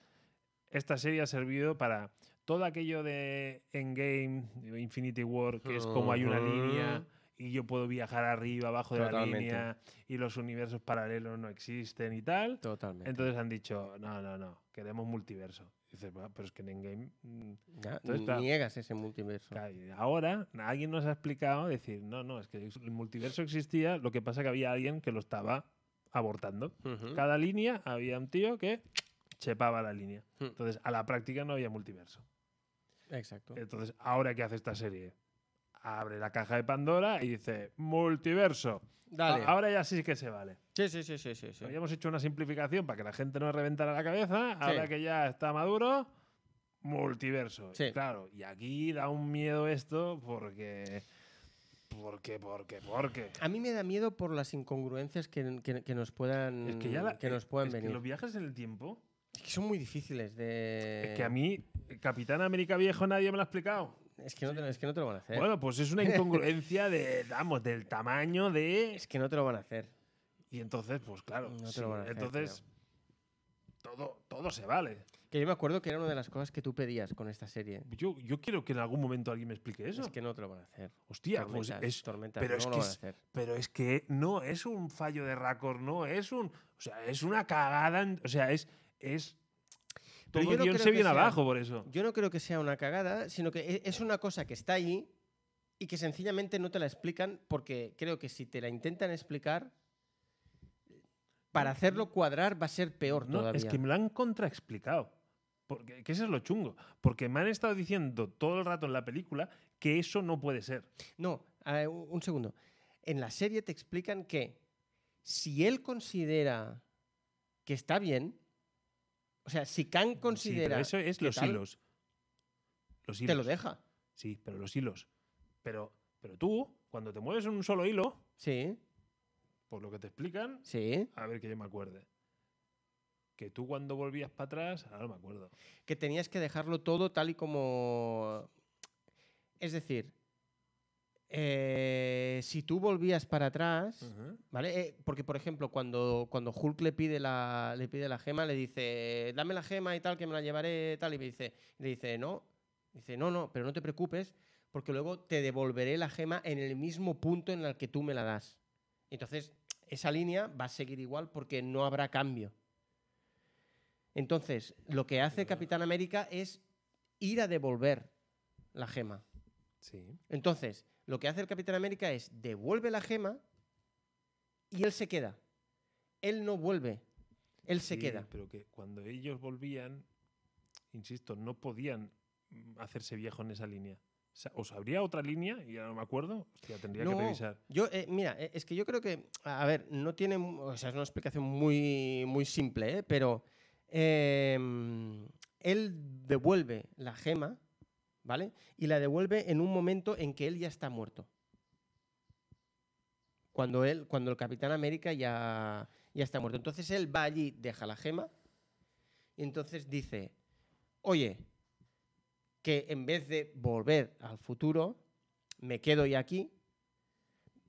esta serie ha servido para todo aquello de Endgame, de Infinity War, que es como hay una Ujú. línea y yo puedo viajar arriba, abajo de Totalmente. la línea y los universos paralelos no existen y tal. Totalmente. Entonces han dicho, no, no, no, queremos multiverso. Y dices, "Bueno, pero es que en Endgame... mm, Ya, entonces, claro. niegas ese multiverso. claro". Y Ahora alguien nos ha explicado decir, no, no, es que el multiverso existía, lo que pasa que había alguien que lo estaba abortando. Ujú. Cada línea había un tío que chepaba la línea. Hmm. Entonces, a la práctica no había multiverso. Exacto. Entonces, ¿ahora qué hace esta serie? Abre la caja de Pandora y dice, multiverso. Dale. A- Ahora ya sí que se vale. sí, sí, sí, sí, sí. sí. Habíamos hecho una simplificación para que la gente no reventara la cabeza. Sí. Ahora que ya está maduro, multiverso. Sí. Claro, y aquí da un miedo esto porque. Porque, porque, porque. A mí me da miedo por las incongruencias que, que- que nos puedan, Es que ya la- Mm, nos puedan es que venir. los viajes en el tiempo. Es que son muy difíciles de. Es que a mí, Capitán América Viejo, nadie me lo ha explicado. Es que no te, es que no te lo van a hacer. Bueno, pues es una incongruencia de, vamos, del tamaño de. Es que no te lo van a hacer. Y entonces, pues claro. No te sí, lo van a hacer, entonces, todo, todo se vale. Que yo me acuerdo que era una de las cosas que tú pedías con esta serie. Yo, yo quiero que en algún momento alguien me explique eso. Es que no te lo van a hacer. Hostia, pues Tormentas, es, tormentas, pero no es lo que van a es- hacer. Pero es que no es un fallo de Raccord, no es un. O sea, es una cagada. en- o sea, es. es todo Pero yo el no guión creo se que viene sea- abajo por eso. Yo no creo que sea una cagada, sino que e- es una cosa que está allí y que sencillamente no te la explican porque creo que si te la intentan explicar, para hacerlo cuadrar va a ser peor Mm. No, todavía. es que me lo han contraexplicado. Porque, que eso es lo chungo. Porque me han estado diciendo todo el rato en la película que eso no puede ser. No, eh, un un segundo. En la serie te explican que si él considera que está bien, o sea, si Kang Sí, pero considera eso es que los tal, hilos. Los te hilos. lo deja. Sí, pero los hilos. Pero, pero tú, cuando te mueves en un solo hilo, Sí, por lo que te explican, sí. A ver que yo me acuerde. Que tú cuando volvías para atrás, ahora no me acuerdo. que tenías que dejarlo todo tal y como... Es decir, eh, si tú volvías para atrás, ¿vale? Eh, porque, por ejemplo, cuando, cuando Hulk le pide, la, le pide la gema, le dice, dame la gema y tal, que me la llevaré, tal, y me dice, le dice, no, dice, no, no, pero no te preocupes, porque luego te devolveré la gema en el mismo punto en el que tú me la das. Entonces, esa línea va a seguir igual porque no habrá cambio. Entonces, lo que hace Capitán América es ir a devolver la gema. Sí. Entonces, lo que hace el Capitán América es devuelve la gema y él se queda. Él no vuelve, él se queda. Pero que cuando ellos volvían, insisto, no podían mm, hacerse viejos en esa línea. O sea, ¿os habría otra línea? Y ahora no me acuerdo. Hostia, tendría No, que revisar. Yo, eh, mira, eh, es que yo creo que, a a ver, no tiene, mu- o sea, es una explicación muy, muy simple, ¿eh? pero em, él devuelve la gema, ¿vale? Y la devuelve en un momento en que él ya está muerto. Cuando él, cuando el Capitán América ya, ya está muerto. Entonces él va allí, deja la gema y entonces dice, oye, que en vez de volver al futuro, me quedo ya aquí,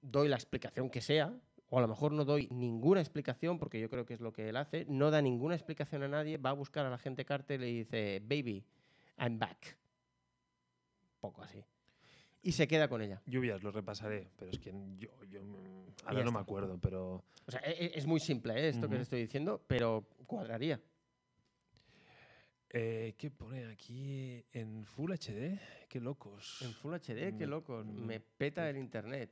doy la explicación que sea, o a lo mejor no doy ninguna explicación, porque yo creo que es lo que él hace, no da ninguna explicación a nadie, va a buscar a la gente Carter y le dice, baby, I'm back. Poco así. y se queda con ella. Lluvias, lo repasaré, pero es que yo, yo mm, ahora ya no me está. acuerdo, pero O sea, e- e- es muy simple ¿eh? esto que Ujú. te estoy diciendo, pero cuadraría. eh, ¿qué pone aquí en Full HD? Qué locos. En Full HD, qué Mm, locos. mm, Me peta el internet.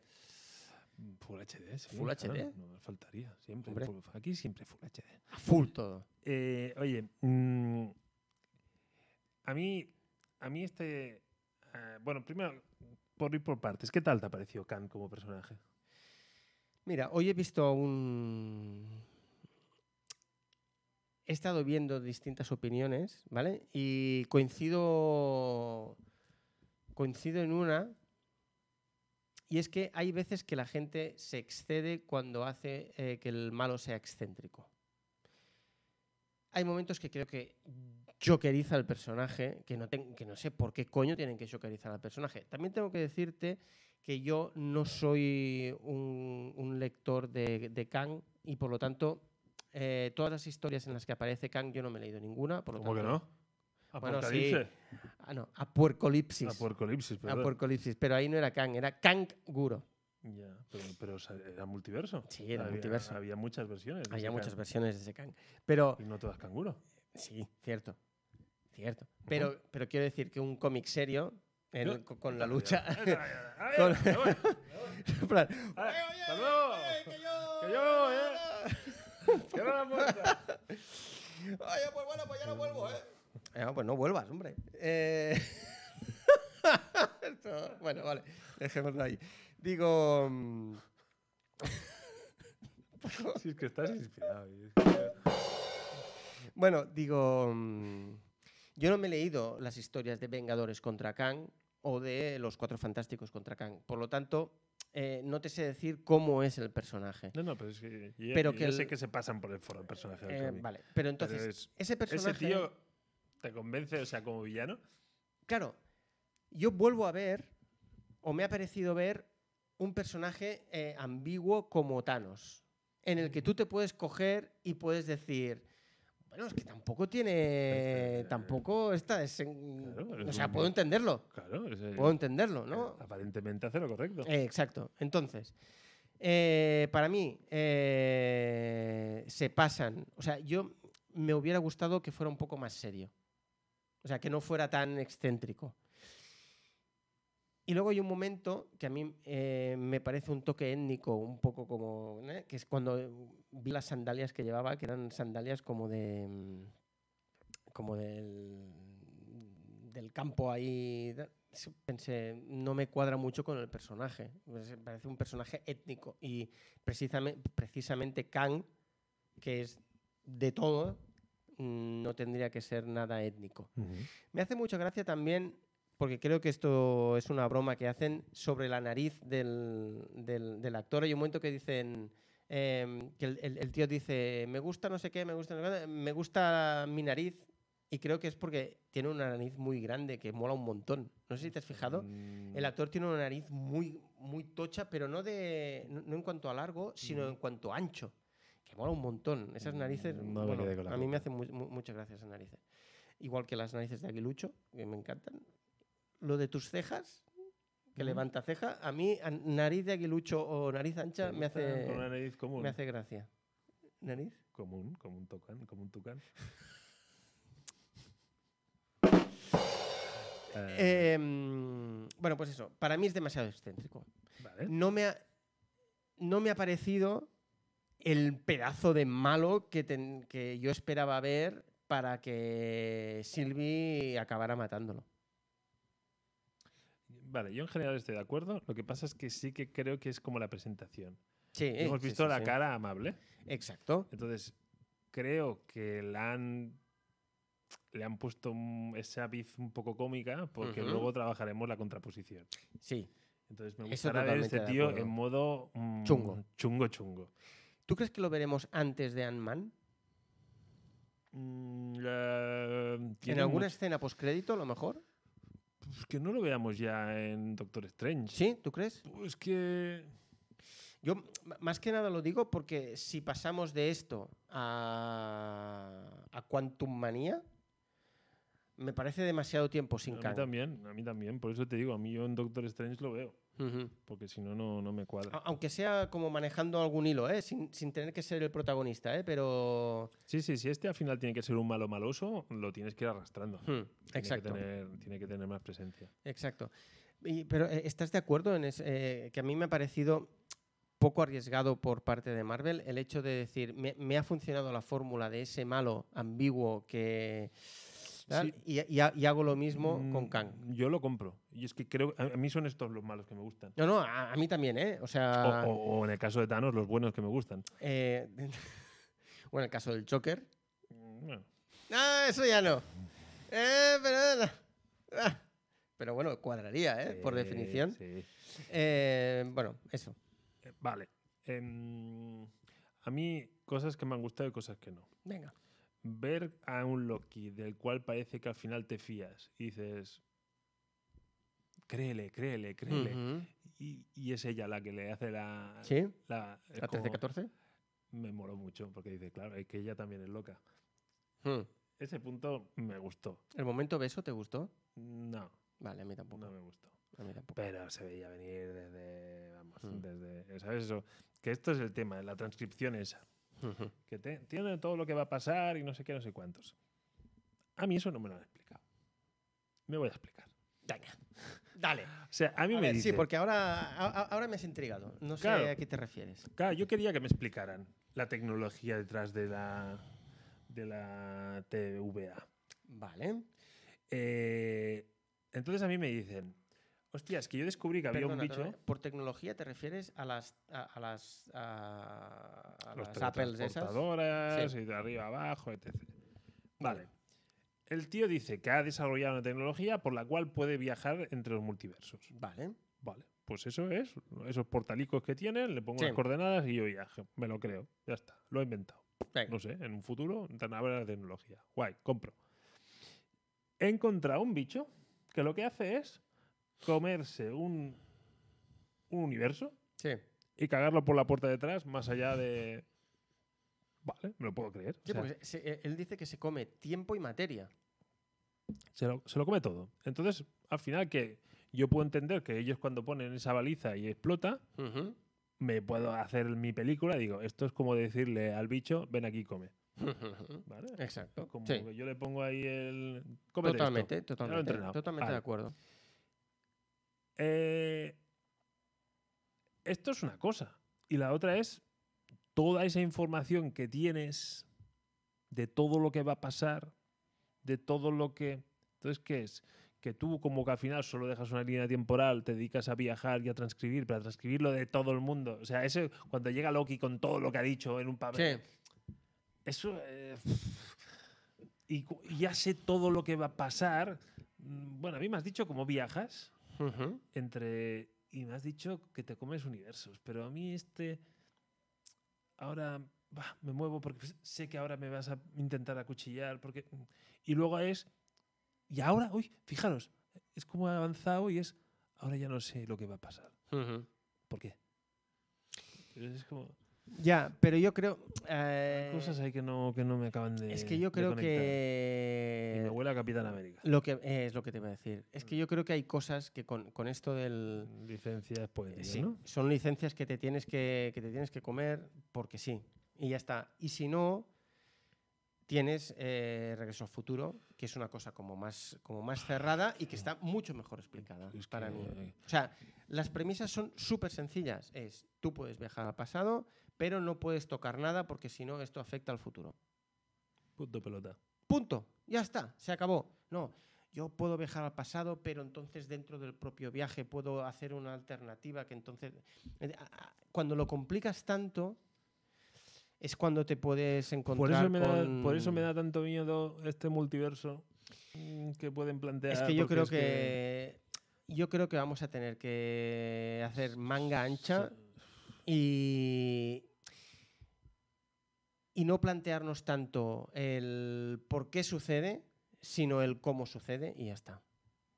mm, Full HD, sí, Full claro, HD. no me faltaría, siempre. Hombre. full- aquí siempre Full HD. A full todo. Eh, oye, mm, a mí, a mí este, eh, bueno, primero por ir por partes, ¿qué tal te ha parecido Khan como personaje? Mira, hoy he visto un. He estado viendo distintas opiniones, ¿vale? Y coincido. Coincido en una. Y es que hay veces que la gente se excede cuando hace eh, que el malo sea excéntrico. Hay momentos que creo que jokeriza al personaje, que no, ten- que no sé por qué coño tienen que jokerizar al personaje. También tengo que decirte que yo no soy un, un lector de, de Kang y por lo tanto eh, todas las historias en las que aparece Kang yo no me he leído ninguna. Por lo ¿Cómo que tanto- no? Bueno, sí. Apocalipsis. Ah, no, Apuercolipsis. Apocalipsis, perdón. Apuercolipsis, pero ahí no era Kang, era Kang Guro. Ya, pero, pero sa- era multiverso. Sí, era había, multiverso. Había muchas versiones. de Había ese muchas Khan, versiones de ese Kang. Pero Y no todas canguro. sí, cierto. Cierto. Pero, pero quiero decir que un cómic serio, en- Yo- co- con la lucha. Con... Con- en plan, Ah, ¡Hasta luego! ¡Que yo! ¡Que yo, eh! ¡Cierra la puerta! pues eh. "Ah, pues eh. no vuelvas, hombre. Eh, esto- bueno, vale, dejémoslo ahí. Digo. mm, Si es que estás inspirado. y es Bueno, digo, mm, yo no me he leído las historias de Vengadores contra Kang o de Los Cuatro Fantásticos contra Kang. Por lo tanto, eh, no te sé decir cómo es el personaje. No, no, pero es que. Yo, Pero yo que ya el- sé que se pasan por el foro el personaje del Eh, cómic. vale, pero entonces, es- ese personaje... Ese tío te convence, o sea, como villano. Claro, yo vuelvo a ver, o me ha parecido ver, un personaje eh, ambiguo como Thanos, en el que tú te puedes coger y puedes decir, bueno, es que tampoco tiene, tampoco está, desen- eh, Claro, es o sea, un- puedo entenderlo, Claro, ese- puedo entenderlo, ¿no? eh, Aparentemente hace lo correcto. Eh, exacto, entonces, eh, para mí, eh, se pasan, o sea, yo me hubiera gustado que fuera un poco más serio. O sea, que no fuera tan excéntrico. Y luego hay un momento que a mí eh, me parece un toque étnico, un poco como. ¿eh? que es cuando eh, vi las sandalias que llevaba, que eran sandalias como de. mm, como del. del campo ahí. da- sí, Pensé, no me cuadra mucho con el personaje. Pues, eh, Parece un personaje étnico. Y precisamente, precisamente Kang, que es de todo, mm, no tendría que ser nada étnico. Ujú. Me hace mucha gracia también, porque creo que esto es una broma que hacen sobre la nariz del, del- del actor. Hay un momento que dicen em, que el, el- el tío dice, me gusta no sé qué, me gusta, no sé cuándo, me gusta mi nariz. Y creo que es porque tiene una nariz muy grande que mola un montón. No sé si te has fijado. Mm, El actor tiene una nariz muy, muy tocha, pero no, de, no, no en cuanto a largo, sino Ujú. en cuanto a ancho. Que mola un montón. Esas narices. Mm. No me bueno, quedé con la a mí me boca. hacen mu- mu- muchas gracias esas narices. Igual que las narices de Aguilucho, que me encantan. Lo de tus cejas, que Ujú. levanta ceja, a mí a- nariz de Aguilucho o nariz ancha ¿te me gusta hace, Con una nariz común. me hace gracia. ¿Nariz? Común, como un tocán, como un tucán. Eh, Em, bueno, pues eso. Para mí es demasiado excéntrico. vale. no me ha, no me ha parecido el pedazo de malo que, ten- que yo esperaba ver para que Sylvie acabara matándolo. Vale, yo en general estoy de acuerdo. Lo que pasa es que sí que creo que es como la presentación. Sí, eh, Hemos sí, visto sí, la sí. cara amable. Exacto. Entonces, creo que la han, le han puesto un- esa biz un poco cómica porque Ujú. luego trabajaremos la contraposición. Sí. Entonces, me Eso gusta ver totalmente este de tío acuerdo. en modo mm, Chungo. Chungo, chungo. ¿Tú crees que lo veremos antes de Ant-Man? Mm, eh, ¿En tiene alguna mucho- escena postcrédito, a lo mejor? Pues que no lo veamos ya en Doctor Strange. ¿Sí? ¿Tú crees? Pues que. Yo m- más que nada lo digo porque si pasamos de esto a, a Quantum Manía, Me parece demasiado tiempo sin A mí Kang. también, a mí también. Por eso te digo, a mí yo en Doctor Strange lo veo. Ujú. Porque si no, no no me cuadra. A- Aunque sea como manejando algún hilo, ¿eh? sin, sin tener que ser el protagonista, ¿eh? pero. Sí, sí, si este al final tiene que ser un malo maloso, lo tienes que ir arrastrando. Hmm, Tiene que Exacto. tener- tiene que tener más presencia. Exacto. Y- pero eh, ¿estás de acuerdo en es- eh, que a mí me ha parecido poco arriesgado por parte de Marvel el hecho de decir, me, me ha funcionado la fórmula de ese malo ambiguo que... tal, Sí. y, y ha- y hago lo mismo con Mm, Kang. Yo lo compro. Y es que creo. A, a mí son estos los malos que me gustan. No, no, a, a mí también, ¿eh? O O, sea... o- o en el caso de Thanos, los buenos que me gustan. eh, o en el caso del Joker. Mm, bueno. No, eso ya no. Eh, pero... no. Ah. Pero bueno, cuadraría, ¿eh? Por Sí, definición. sí. Eh, bueno, eso. Eh, Vale. Em, a mí, cosas que me han gustado y cosas que no. Venga. Ver a un Loki del cual parece que al final te fías y dices. Créele, créele, créele. Ujú. y, y es ella la que le hace la. ¿Sí? La, Ah, es ¿A como- 13-14? Me moló mucho porque dice, claro, es que ella también es loca. Ese punto me gustó. Hmm. ¿El momento beso te gustó? No, Vale, a mí tampoco. no me gustó. A mí tampoco. Pero se veía venir desde. Vamos, Mm. desde. ¿Sabes eso? Que esto es el tema, la transcripción esa. Ujú. Que te, tiene todo lo que va a pasar y no sé qué, no sé cuántos. A mí eso no me lo han explicado. Me voy a explicar. Venga. Dale. O sea, a mí A me ver, dice. sí, porque ahora, a- a- ahora me has intrigado. No sé Claro. a qué te refieres. Claro, yo quería que me explicaran la tecnología detrás de la. de la TVA. Vale. Eh, entonces a mí me dicen. Hostia, es que yo descubrí que había un Perdona, bicho. perdona. Por tecnología te refieres a las a, a las a, a los las Apples esas. teletransportadoras Sí. y de arriba abajo, etc. Vale. El tío dice que ha desarrollado una tecnología por la cual puede viajar entre los multiversos. Vale. Vale. Pues eso es, esos portalicos que tienen, le pongo Sí. las coordenadas y yo viaje. Me lo creo. Ya está. Lo he inventado. Venga. No sé, en un futuro tan habrá la tecnología. Guay, compro. He encontrado un bicho que lo que hace es comerse un, un universo Sí. y cagarlo por la puerta de atrás, más allá de. Vale, me lo puedo creer. O Sí, sea, porque se- eh, él dice que se come tiempo y materia. se, lo, se lo come todo. Entonces, al final, que yo puedo entender que ellos cuando ponen esa baliza y explota, Ujú. me puedo hacer mi película y digo, esto es como decirle al bicho, ven aquí y come. ¿Vale? Exacto. Como Sí. que yo le pongo ahí el. "Cómete esto". Totalmente, totalmente, entrenado. totalmente de Vale. acuerdo. Eh, esto es una cosa. Y la otra es toda esa información que tienes de todo lo que va a pasar, de todo lo que... Entonces, ¿qué es? Que tú como que al final solo dejas una línea temporal, te dedicas a viajar y a transcribir, para transcribir lo de todo el mundo. O sea, ese, cuando llega Loki con todo lo que ha dicho en un papel, Sí. eso. eh, y cu- y ya sé todo lo que va a pasar. Mm, Bueno, a mí me has dicho cómo viajas Ujú. entre. Y me has dicho que te comes universos, pero a mí este. Ahora bah, me muevo porque sé que ahora me vas a intentar acuchillar. porque Y luego es. Y ahora, uy, fijaros, es como ha avanzado y es. Ahora ya no sé lo que va a pasar. Ujú. ¿Por qué? Pero es como. Ya, pero yo creo. hay eh, cosas ahí que no, que no me acaban de. es que yo de creo conectar. Y me que. huele a Capitán América. Lo que eh, es lo que te iba a decir. Es que yo creo que hay cosas que con, con esto del. Licencias eh, poéticas, sí, ¿no? son licencias que te tienes que, que te tienes que comer porque sí. Y ya está. Y si no, tienes eh, Regreso al Futuro, que es una cosa como más, como más cerrada y que está mucho mejor explicada Es Ah, para que- eh, mí. O sea, las premisas son súper sencillas. Es, tú puedes viajar al pasado, pero no puedes tocar nada porque si no, esto afecta al futuro. Punto pelota. Punto. Ya está. Se acabó. No. Yo puedo viajar al pasado, pero entonces dentro del propio viaje puedo hacer una alternativa que entonces... Eh, a- a- Cuando lo complicas tanto, es cuando te puedes Por encontrar eso, me con- da, por eso me da tanto miedo este multiverso mm, que pueden plantear. Es que yo porque creo es que... Yo creo que vamos a tener que hacer manga ancha y... Y no plantearnos tanto el por qué sucede, sino el cómo sucede y ya está.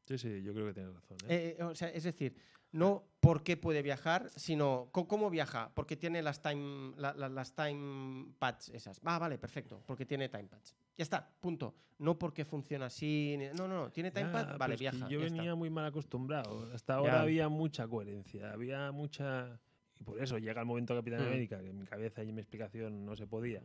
Sí, sí, yo creo que tienes razón. ¿eh? Ah. Eh, o sea, es decir, no por qué puede viajar, sino co- cómo viaja, porque tiene las time, la- la- las time pads esas. Ah, vale, perfecto, porque tiene time pads. Ya está, punto. No porque funciona así. ni- No, no, no, tiene time Ya, pad, vale, pero es que viaja. Yo ya venía está. muy mal acostumbrado. Hasta ahora Ya. había mucha coherencia, había mucha. Y por eso llega el momento Capitán Mm. América, que en mi cabeza y en mi explicación no se podía.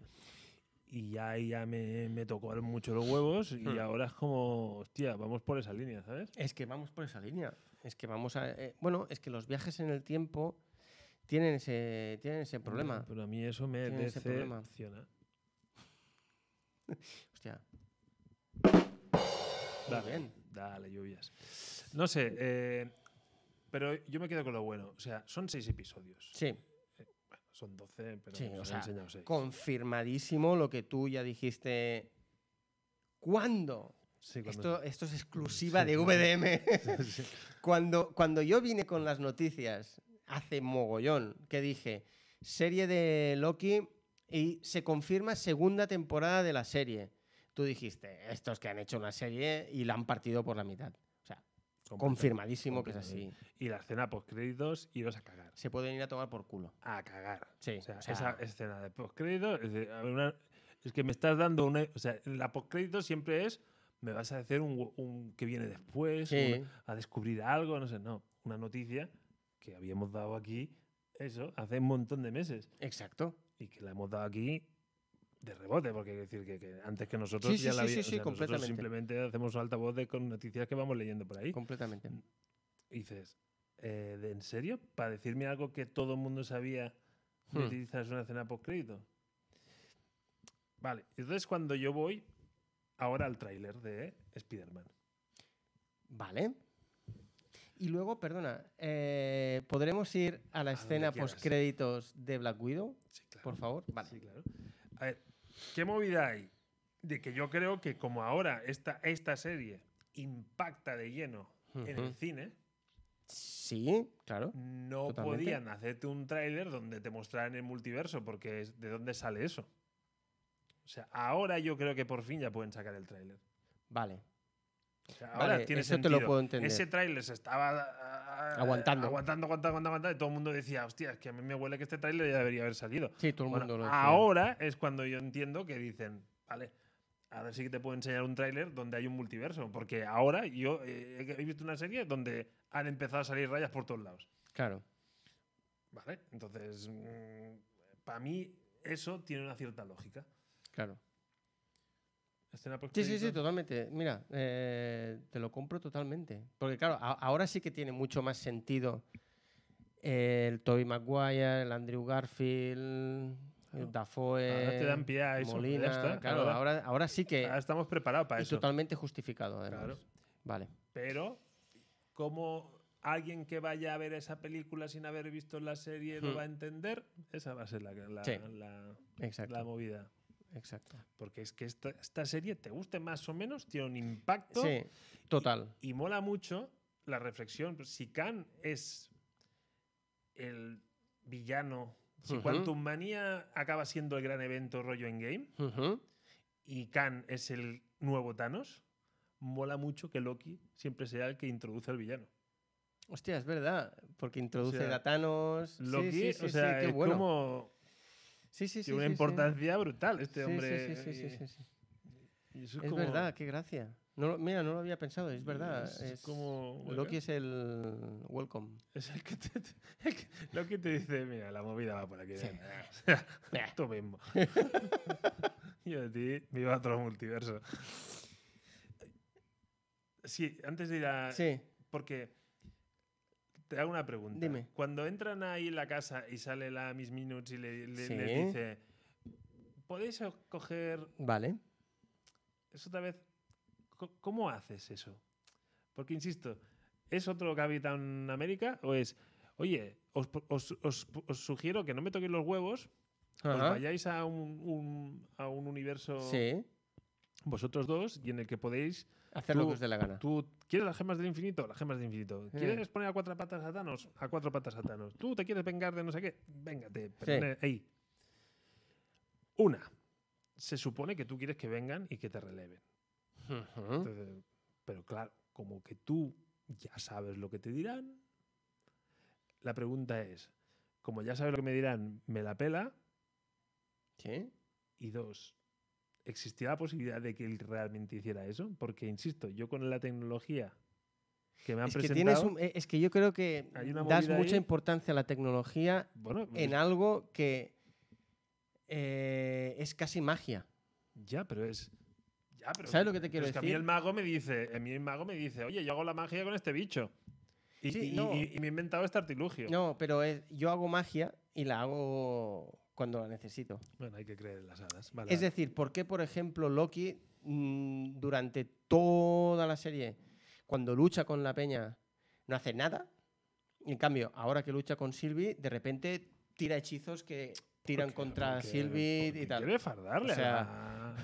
Y ya, ahí ya me, me tocó mucho los huevos y Mm. ahora es como, hostia, vamos por esa línea, ¿sabes? Es que vamos por esa línea. Es que vamos a. eh, bueno, es que los viajes en el tiempo tienen ese, tienen ese problema. Pero a mí eso me Tiene ese problema. decepciona. Hostia. Dale, bien. dale, lluvias. No sé, eh, pero yo me quedo con lo bueno. O sea, son seis episodios. Sí, Son doce, pero Sí, nos o han sea, enseñado seis. confirmadísimo lo que tú ya dijiste. ¿Cuándo? Sí, cuando- Esto, esto es exclusiva Sí, de claro. VDM. Sí. cuando, cuando yo vine con las noticias hace mogollón, que dije, serie de Loki y se confirma segunda temporada de la serie. Tú dijiste, estos que han hecho una serie y la han partido por la mitad. O sea, confirmadísimo que es así. completamente. Y la escena post-créditos, iros a cagar. Se pueden ir a tomar por culo. A cagar. Sí, O sea, o sea- esa escena de post-créditos. Es, de- a ver, una- es que me estás dando una. O sea, la post-crédito siempre es. Me vas a decir un, hue- un que viene después, Sí. una- a descubrir algo, no sé, no. Una noticia que habíamos dado aquí, eso, hace un montón de meses. Exacto. Y que la hemos dado aquí de rebote, porque quiero decir que, que antes que nosotros Sí, sí, ya la sí, sí, había- sí, o sea, nosotros completamente. simplemente hacemos altavoz de con noticias que vamos leyendo por ahí. Completamente. Y dices, eh, ¿de- ¿en serio? ¿Para decirme algo que todo el mundo sabía me Hmm. utilizas una escena post-crédito? Vale, entonces cuando yo voy ahora al tráiler de Spider-Man. Vale. Y luego, perdona, eh, ¿podremos ir a la A donde escena quieras. postcréditos de Black Widow, Sí, claro. por favor? Vale. Sí, claro. A ver, ¿qué movida hay? De que yo creo que como ahora esta, esta serie impacta de lleno en Ujú. el cine, Sí, claro. no Totalmente. podían hacerte un tráiler donde te mostraran el multiverso, porque es de dónde sale eso. O sea, ahora yo creo que por fin ya pueden sacar el tráiler. Vale. O sea, Vale, ahora tiene eso te lo sentido. puedo entender. Ese tráiler se estaba ah, aguantando, Aguantando. aguantando, aguantando, aguantando, y todo el mundo decía, hostia, es que a mí me huele que este tráiler ya debería haber salido. Sí, todo el Bueno, mundo lo decía. ahora es cuando yo entiendo que dicen, vale, ahora sí que te puedo enseñar un tráiler donde hay un multiverso, porque ahora yo eh, he visto una serie donde han empezado a salir rayas por todos lados. Claro. ¿Vale? Entonces, mm, para mí eso tiene una cierta lógica. Claro. Escena post Sí, sí, sí, créditos. totalmente. Mira, eh, te lo compro totalmente. Porque claro, a- ahora sí que tiene mucho más sentido el Tobey Maguire, el Andrew Garfield, Claro. el Dafoe, Ahora te dan pie a eso, ya Molina. está, Claro, ahora- ahora, ahora sí que Ahora estamos preparados para y eso. totalmente justificado además. Claro. Vale. Pero, como alguien que vaya a ver esa película sin haber visto la serie lo Hmm. va a entender, esa va a ser la, la- Sí. la- Exacto, la movida. exacto. Porque es que esta, esta serie, te guste más o menos, tiene un impacto Sí, total. y mola mucho la reflexión. pues, Si Khan es el villano, si Ujú. Quantum Manía acaba siendo el gran evento rollo en game Ujú. y Khan es el nuevo Thanos, mola mucho que Loki siempre sea el que introduce al villano. Hostia, es verdad, porque introduce sea, a Thanos. Sí, Loki, sí, sí, o sí, sea, qué es bueno. como Sí, sí, sí, tiene una sí, sí. importancia brutal este Sí, sí, hombre. sí, sí, sí, y- sí, sí. y eso Es, como- verdad, qué gracia. No lo- mira, no lo había pensado, es verdad. Es, es- como. Loki es el welcome. Es el que te, te- el que- lo que te dice, mira, la movida va por aquí. Sí. nena". O sea, tú mismo. Yo de ti, viva otro multiverso. Sí, antes de ir a... Sí, Porque te hago una pregunta. Dime. Cuando entran ahí en la casa y sale la Miss Minutes y le, le- Sí. les dice, ¿podéis o- coger vale. es otra vez. co- ¿Cómo haces eso? Porque insisto, ¿es otro Capitán América? ¿O es, oye, os, po- os- os- os sugiero que no me toquéis los huevos, os Ajá. vayáis a un, un- a un universo Sí, vosotros dos y en el que podéis. hacer lo Tú- que os dé la gana. ¿Tú quieres las gemas del infinito? Las gemas del infinito. Sí. ¿Quieres poner a cuatro patas a Thanos? A cuatro patas a Thanos. ¿Tú te quieres vengar de no sé qué? Véngate. pero Sí. ne- ahí. Una. Se supone que tú quieres que vengan y que te releven. Ujú. Entonces, pero claro, como que tú ya sabes lo que te dirán, la pregunta es, como ya sabes lo que me dirán, ¿me la pela? ¿Sí? Y dos, ¿existía la posibilidad de que él realmente hiciera eso? Porque, insisto, yo con la tecnología que me han Es que, presentado... tienes un- eh, es que yo creo que Hay una das movida mucha ahí. importancia a la tecnología Bueno, en algo que eh, es casi magia. ya, pero es... Ya, pero, ¿Sabes lo que te pero quiero es que a decir? mí el mago me dice, a mí el mago me dice, oye, yo hago la magia con este bicho. Y, y- Sí, no. y- y me he inventado este artilugio. No, pero es- yo hago magia y la hago cuando la necesito. Bueno, hay que creer en las hadas. Vale, Es vale. decir, ¿por qué, por ejemplo, Loki mm, durante toda la serie, cuando lucha con la peña, no hace nada? En cambio, ahora que lucha con Sylvie, de repente tira hechizos que tiran Porque- contra porque- Sylvie porque y tal. Quiere fardarle O a, la,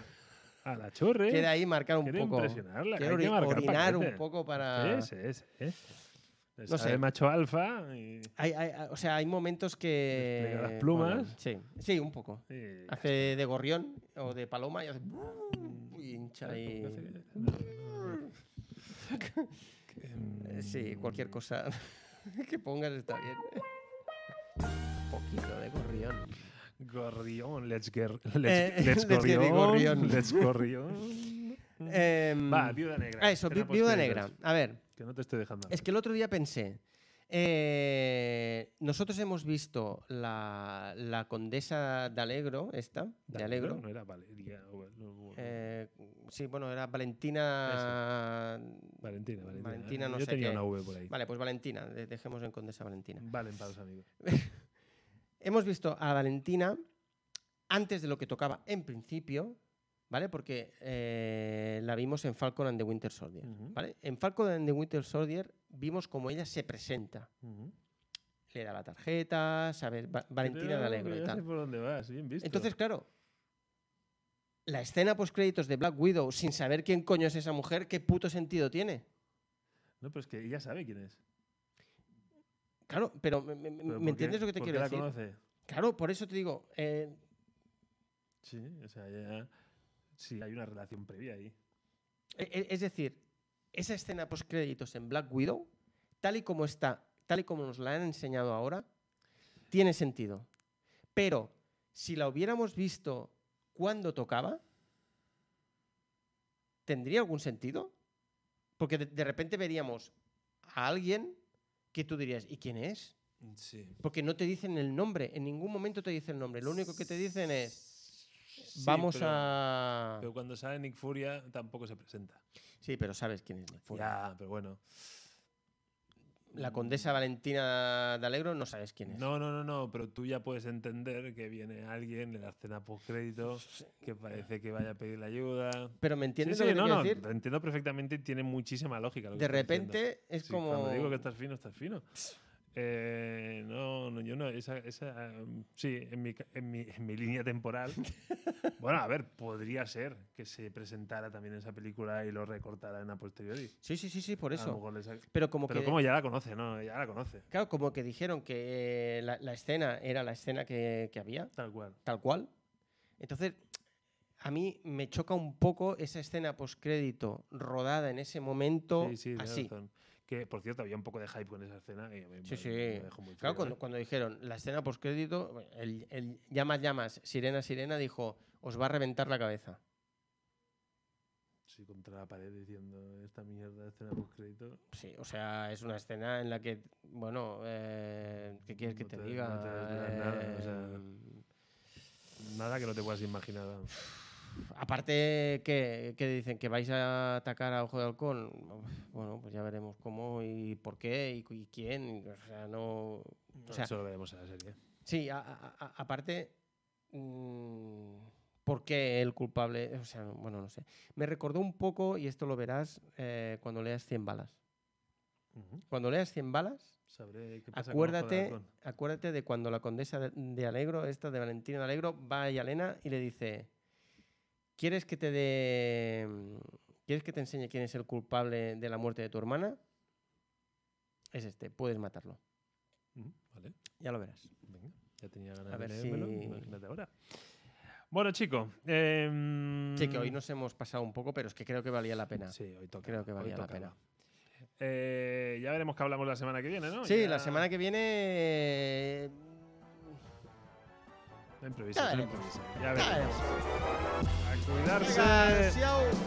a la chorre. Quiere ahí marcar un quiere poco. impresionarla, que quiere hay que ori- marcar orinar un paquete. poco para... Sí, sí, sí. Le No sale sé. macho alfa y, Hay- hay- hay- o sea, hay momentos que... Despliega las plumas. molan. sí, sí, un poco. y- Hace de gorrión o de paloma y hace... Y hincha ahí. Eh, Sí, cualquier cosa que pongas está bien. Un poquito de gorrión. Mm, Gorrión, let's get Eh, let's, let's let's get the gorrión, gorrión. let's gorrión. Em, Va, viuda negra. ah, eso, vi- Tenemos viuda que ir negra. dos, A ver, Que no te estoy dejando. es que el otro día pensé. eh, nosotros hemos visto la, la condesa de Alegro, esta, de Alegro. No era Valeria. o- o- o- eh, sí, bueno, era Valentina. Valentina, Valentina. Valentina no Yo sé tenía qué. una V por ahí. Vale, pues Valentina, de- dejemos en condesa Valentina. Valen para los amigos. Hemos visto a Valentina antes de lo que tocaba en principio, ¿vale? Porque eh, la vimos en Falcon and the Winter Soldier, Ujú. ¿vale? En Falcon and the Winter Soldier vimos cómo ella se presenta. Ujú. Le da la tarjeta, ¿sabes? Va- Valentina Creo de que Alegro y ya sé tal. por dónde vas, bien visto. Entonces, claro, la escena post-créditos de Black Widow sin saber quién coño es esa mujer, ¿qué puto sentido tiene? No, pero es que ella sabe quién es. Claro, pero ¿me, me- me- Pero ¿me ¿por qué? entiendes lo que te ¿Por quiero qué decir? la conoce? Claro, por eso te digo, eh, Sí, o sea, ya. Sí, hay una relación previa ahí. E- e- Es decir, esa escena post créditos en Black Widow, tal y como está, tal y como nos la han enseñado ahora, tiene sentido. Pero si la hubiéramos visto cuando tocaba, ¿tendría algún sentido? Porque de, de repente veríamos a alguien que tú dirías, ¿y quién es? Sí. Porque no te dicen el nombre, en ningún momento te dicen el nombre. Lo único que te dicen es, vamos a... Pero cuando sale Nick Furia tampoco se presenta. Sí, pero sabes quién es. Nick Fury. Ya, pero bueno. La condesa Valentina de Alegro no sabes quién es. No, no, no, no, pero tú ya puedes entender que viene alguien en la escena postcrédito que parece que vaya a pedir la ayuda. Pero ¿me entiendes sí, lo sí, que te no, quiero no, decir? lo entiendo perfectamente y tiene muchísima lógica. lo que De estás diciendo. repente es Sí, como... Cuando digo que estás fino, estás fino. Eh, no, no, yo no. Esa, esa, um, sí, en mi, ca- en, mi, en mi línea temporal. bueno, a ver, podría ser que se presentara también esa película y lo recortaran a posteriori. Sí, sí, sí, sí, por A lo eso. mejor le sac- Pero como Ah, Pero que... como ya la conoce, ¿no? Ya la conoce. Claro, como que dijeron que eh, la, la escena era la escena que, que había, Tal cual. tal cual. Entonces, a mí me choca un poco esa escena postcrédito rodada en ese momento Sí, sí, tienes así. razón. Que, por cierto, había un poco de hype con esa escena. Y a mí Sí, me- sí. me dejó muy Claro, frío, cuando, ¿eh? cuando dijeron la escena postcrédito, bueno, el, el llamas, llamas, sirena, sirena, dijo, os va a reventar la cabeza. ¿eh? Sí, contra la pared diciendo esta mierda de escena post-crédito. Sí, o sea, es una escena en la que, bueno, eh, ¿qué quieres que No te, te- no diga? te desvelas nada, o sea. Em, Nada que no te puedas imaginar. vamos. Eh, Aparte, ¿qué, ¿qué dicen? ¿Que vais a atacar a Ojo de Halcón? Bueno, pues ya veremos cómo y por qué y, cu- y quién. y, O sea, no... O sea, Eso lo veremos en la serie. sí, a- a- a- aparte, mm, ¿por qué el culpable? O sea, bueno, no sé. Me recordó un poco, y esto lo verás eh, cuando leas 100 balas. Ujú. Cuando leas 100 balas, Sabré qué pasa con Ojo de Acuérdate, Halcón. acuérdate de cuando la condesa de- de Alegro, esta de Valentina de Alegro, va a Yalena y le dice: ¿Quieres que te dé. ¿Quieres que te enseñe quién es el culpable de la muerte de tu hermana? Es este, puedes matarlo. Ujú, Vale, Ya lo verás. venga. Ya tenía ganas A de ver leérmelo. si- Imagínate ahora. Bueno, chico. em, Sí, que hoy nos hemos pasado un poco, pero es que creo que valía la pena. Mm. Sí, hoy toca. Creo que hoy valía la tocaba. pena. Eh, ya veremos qué hablamos la semana que viene, ¿no? Sí, la semana que viene. eh, No improvises, Ya no veremos. improvises. Ya ya veremos. veremos. A cuidarse. Venga, siau.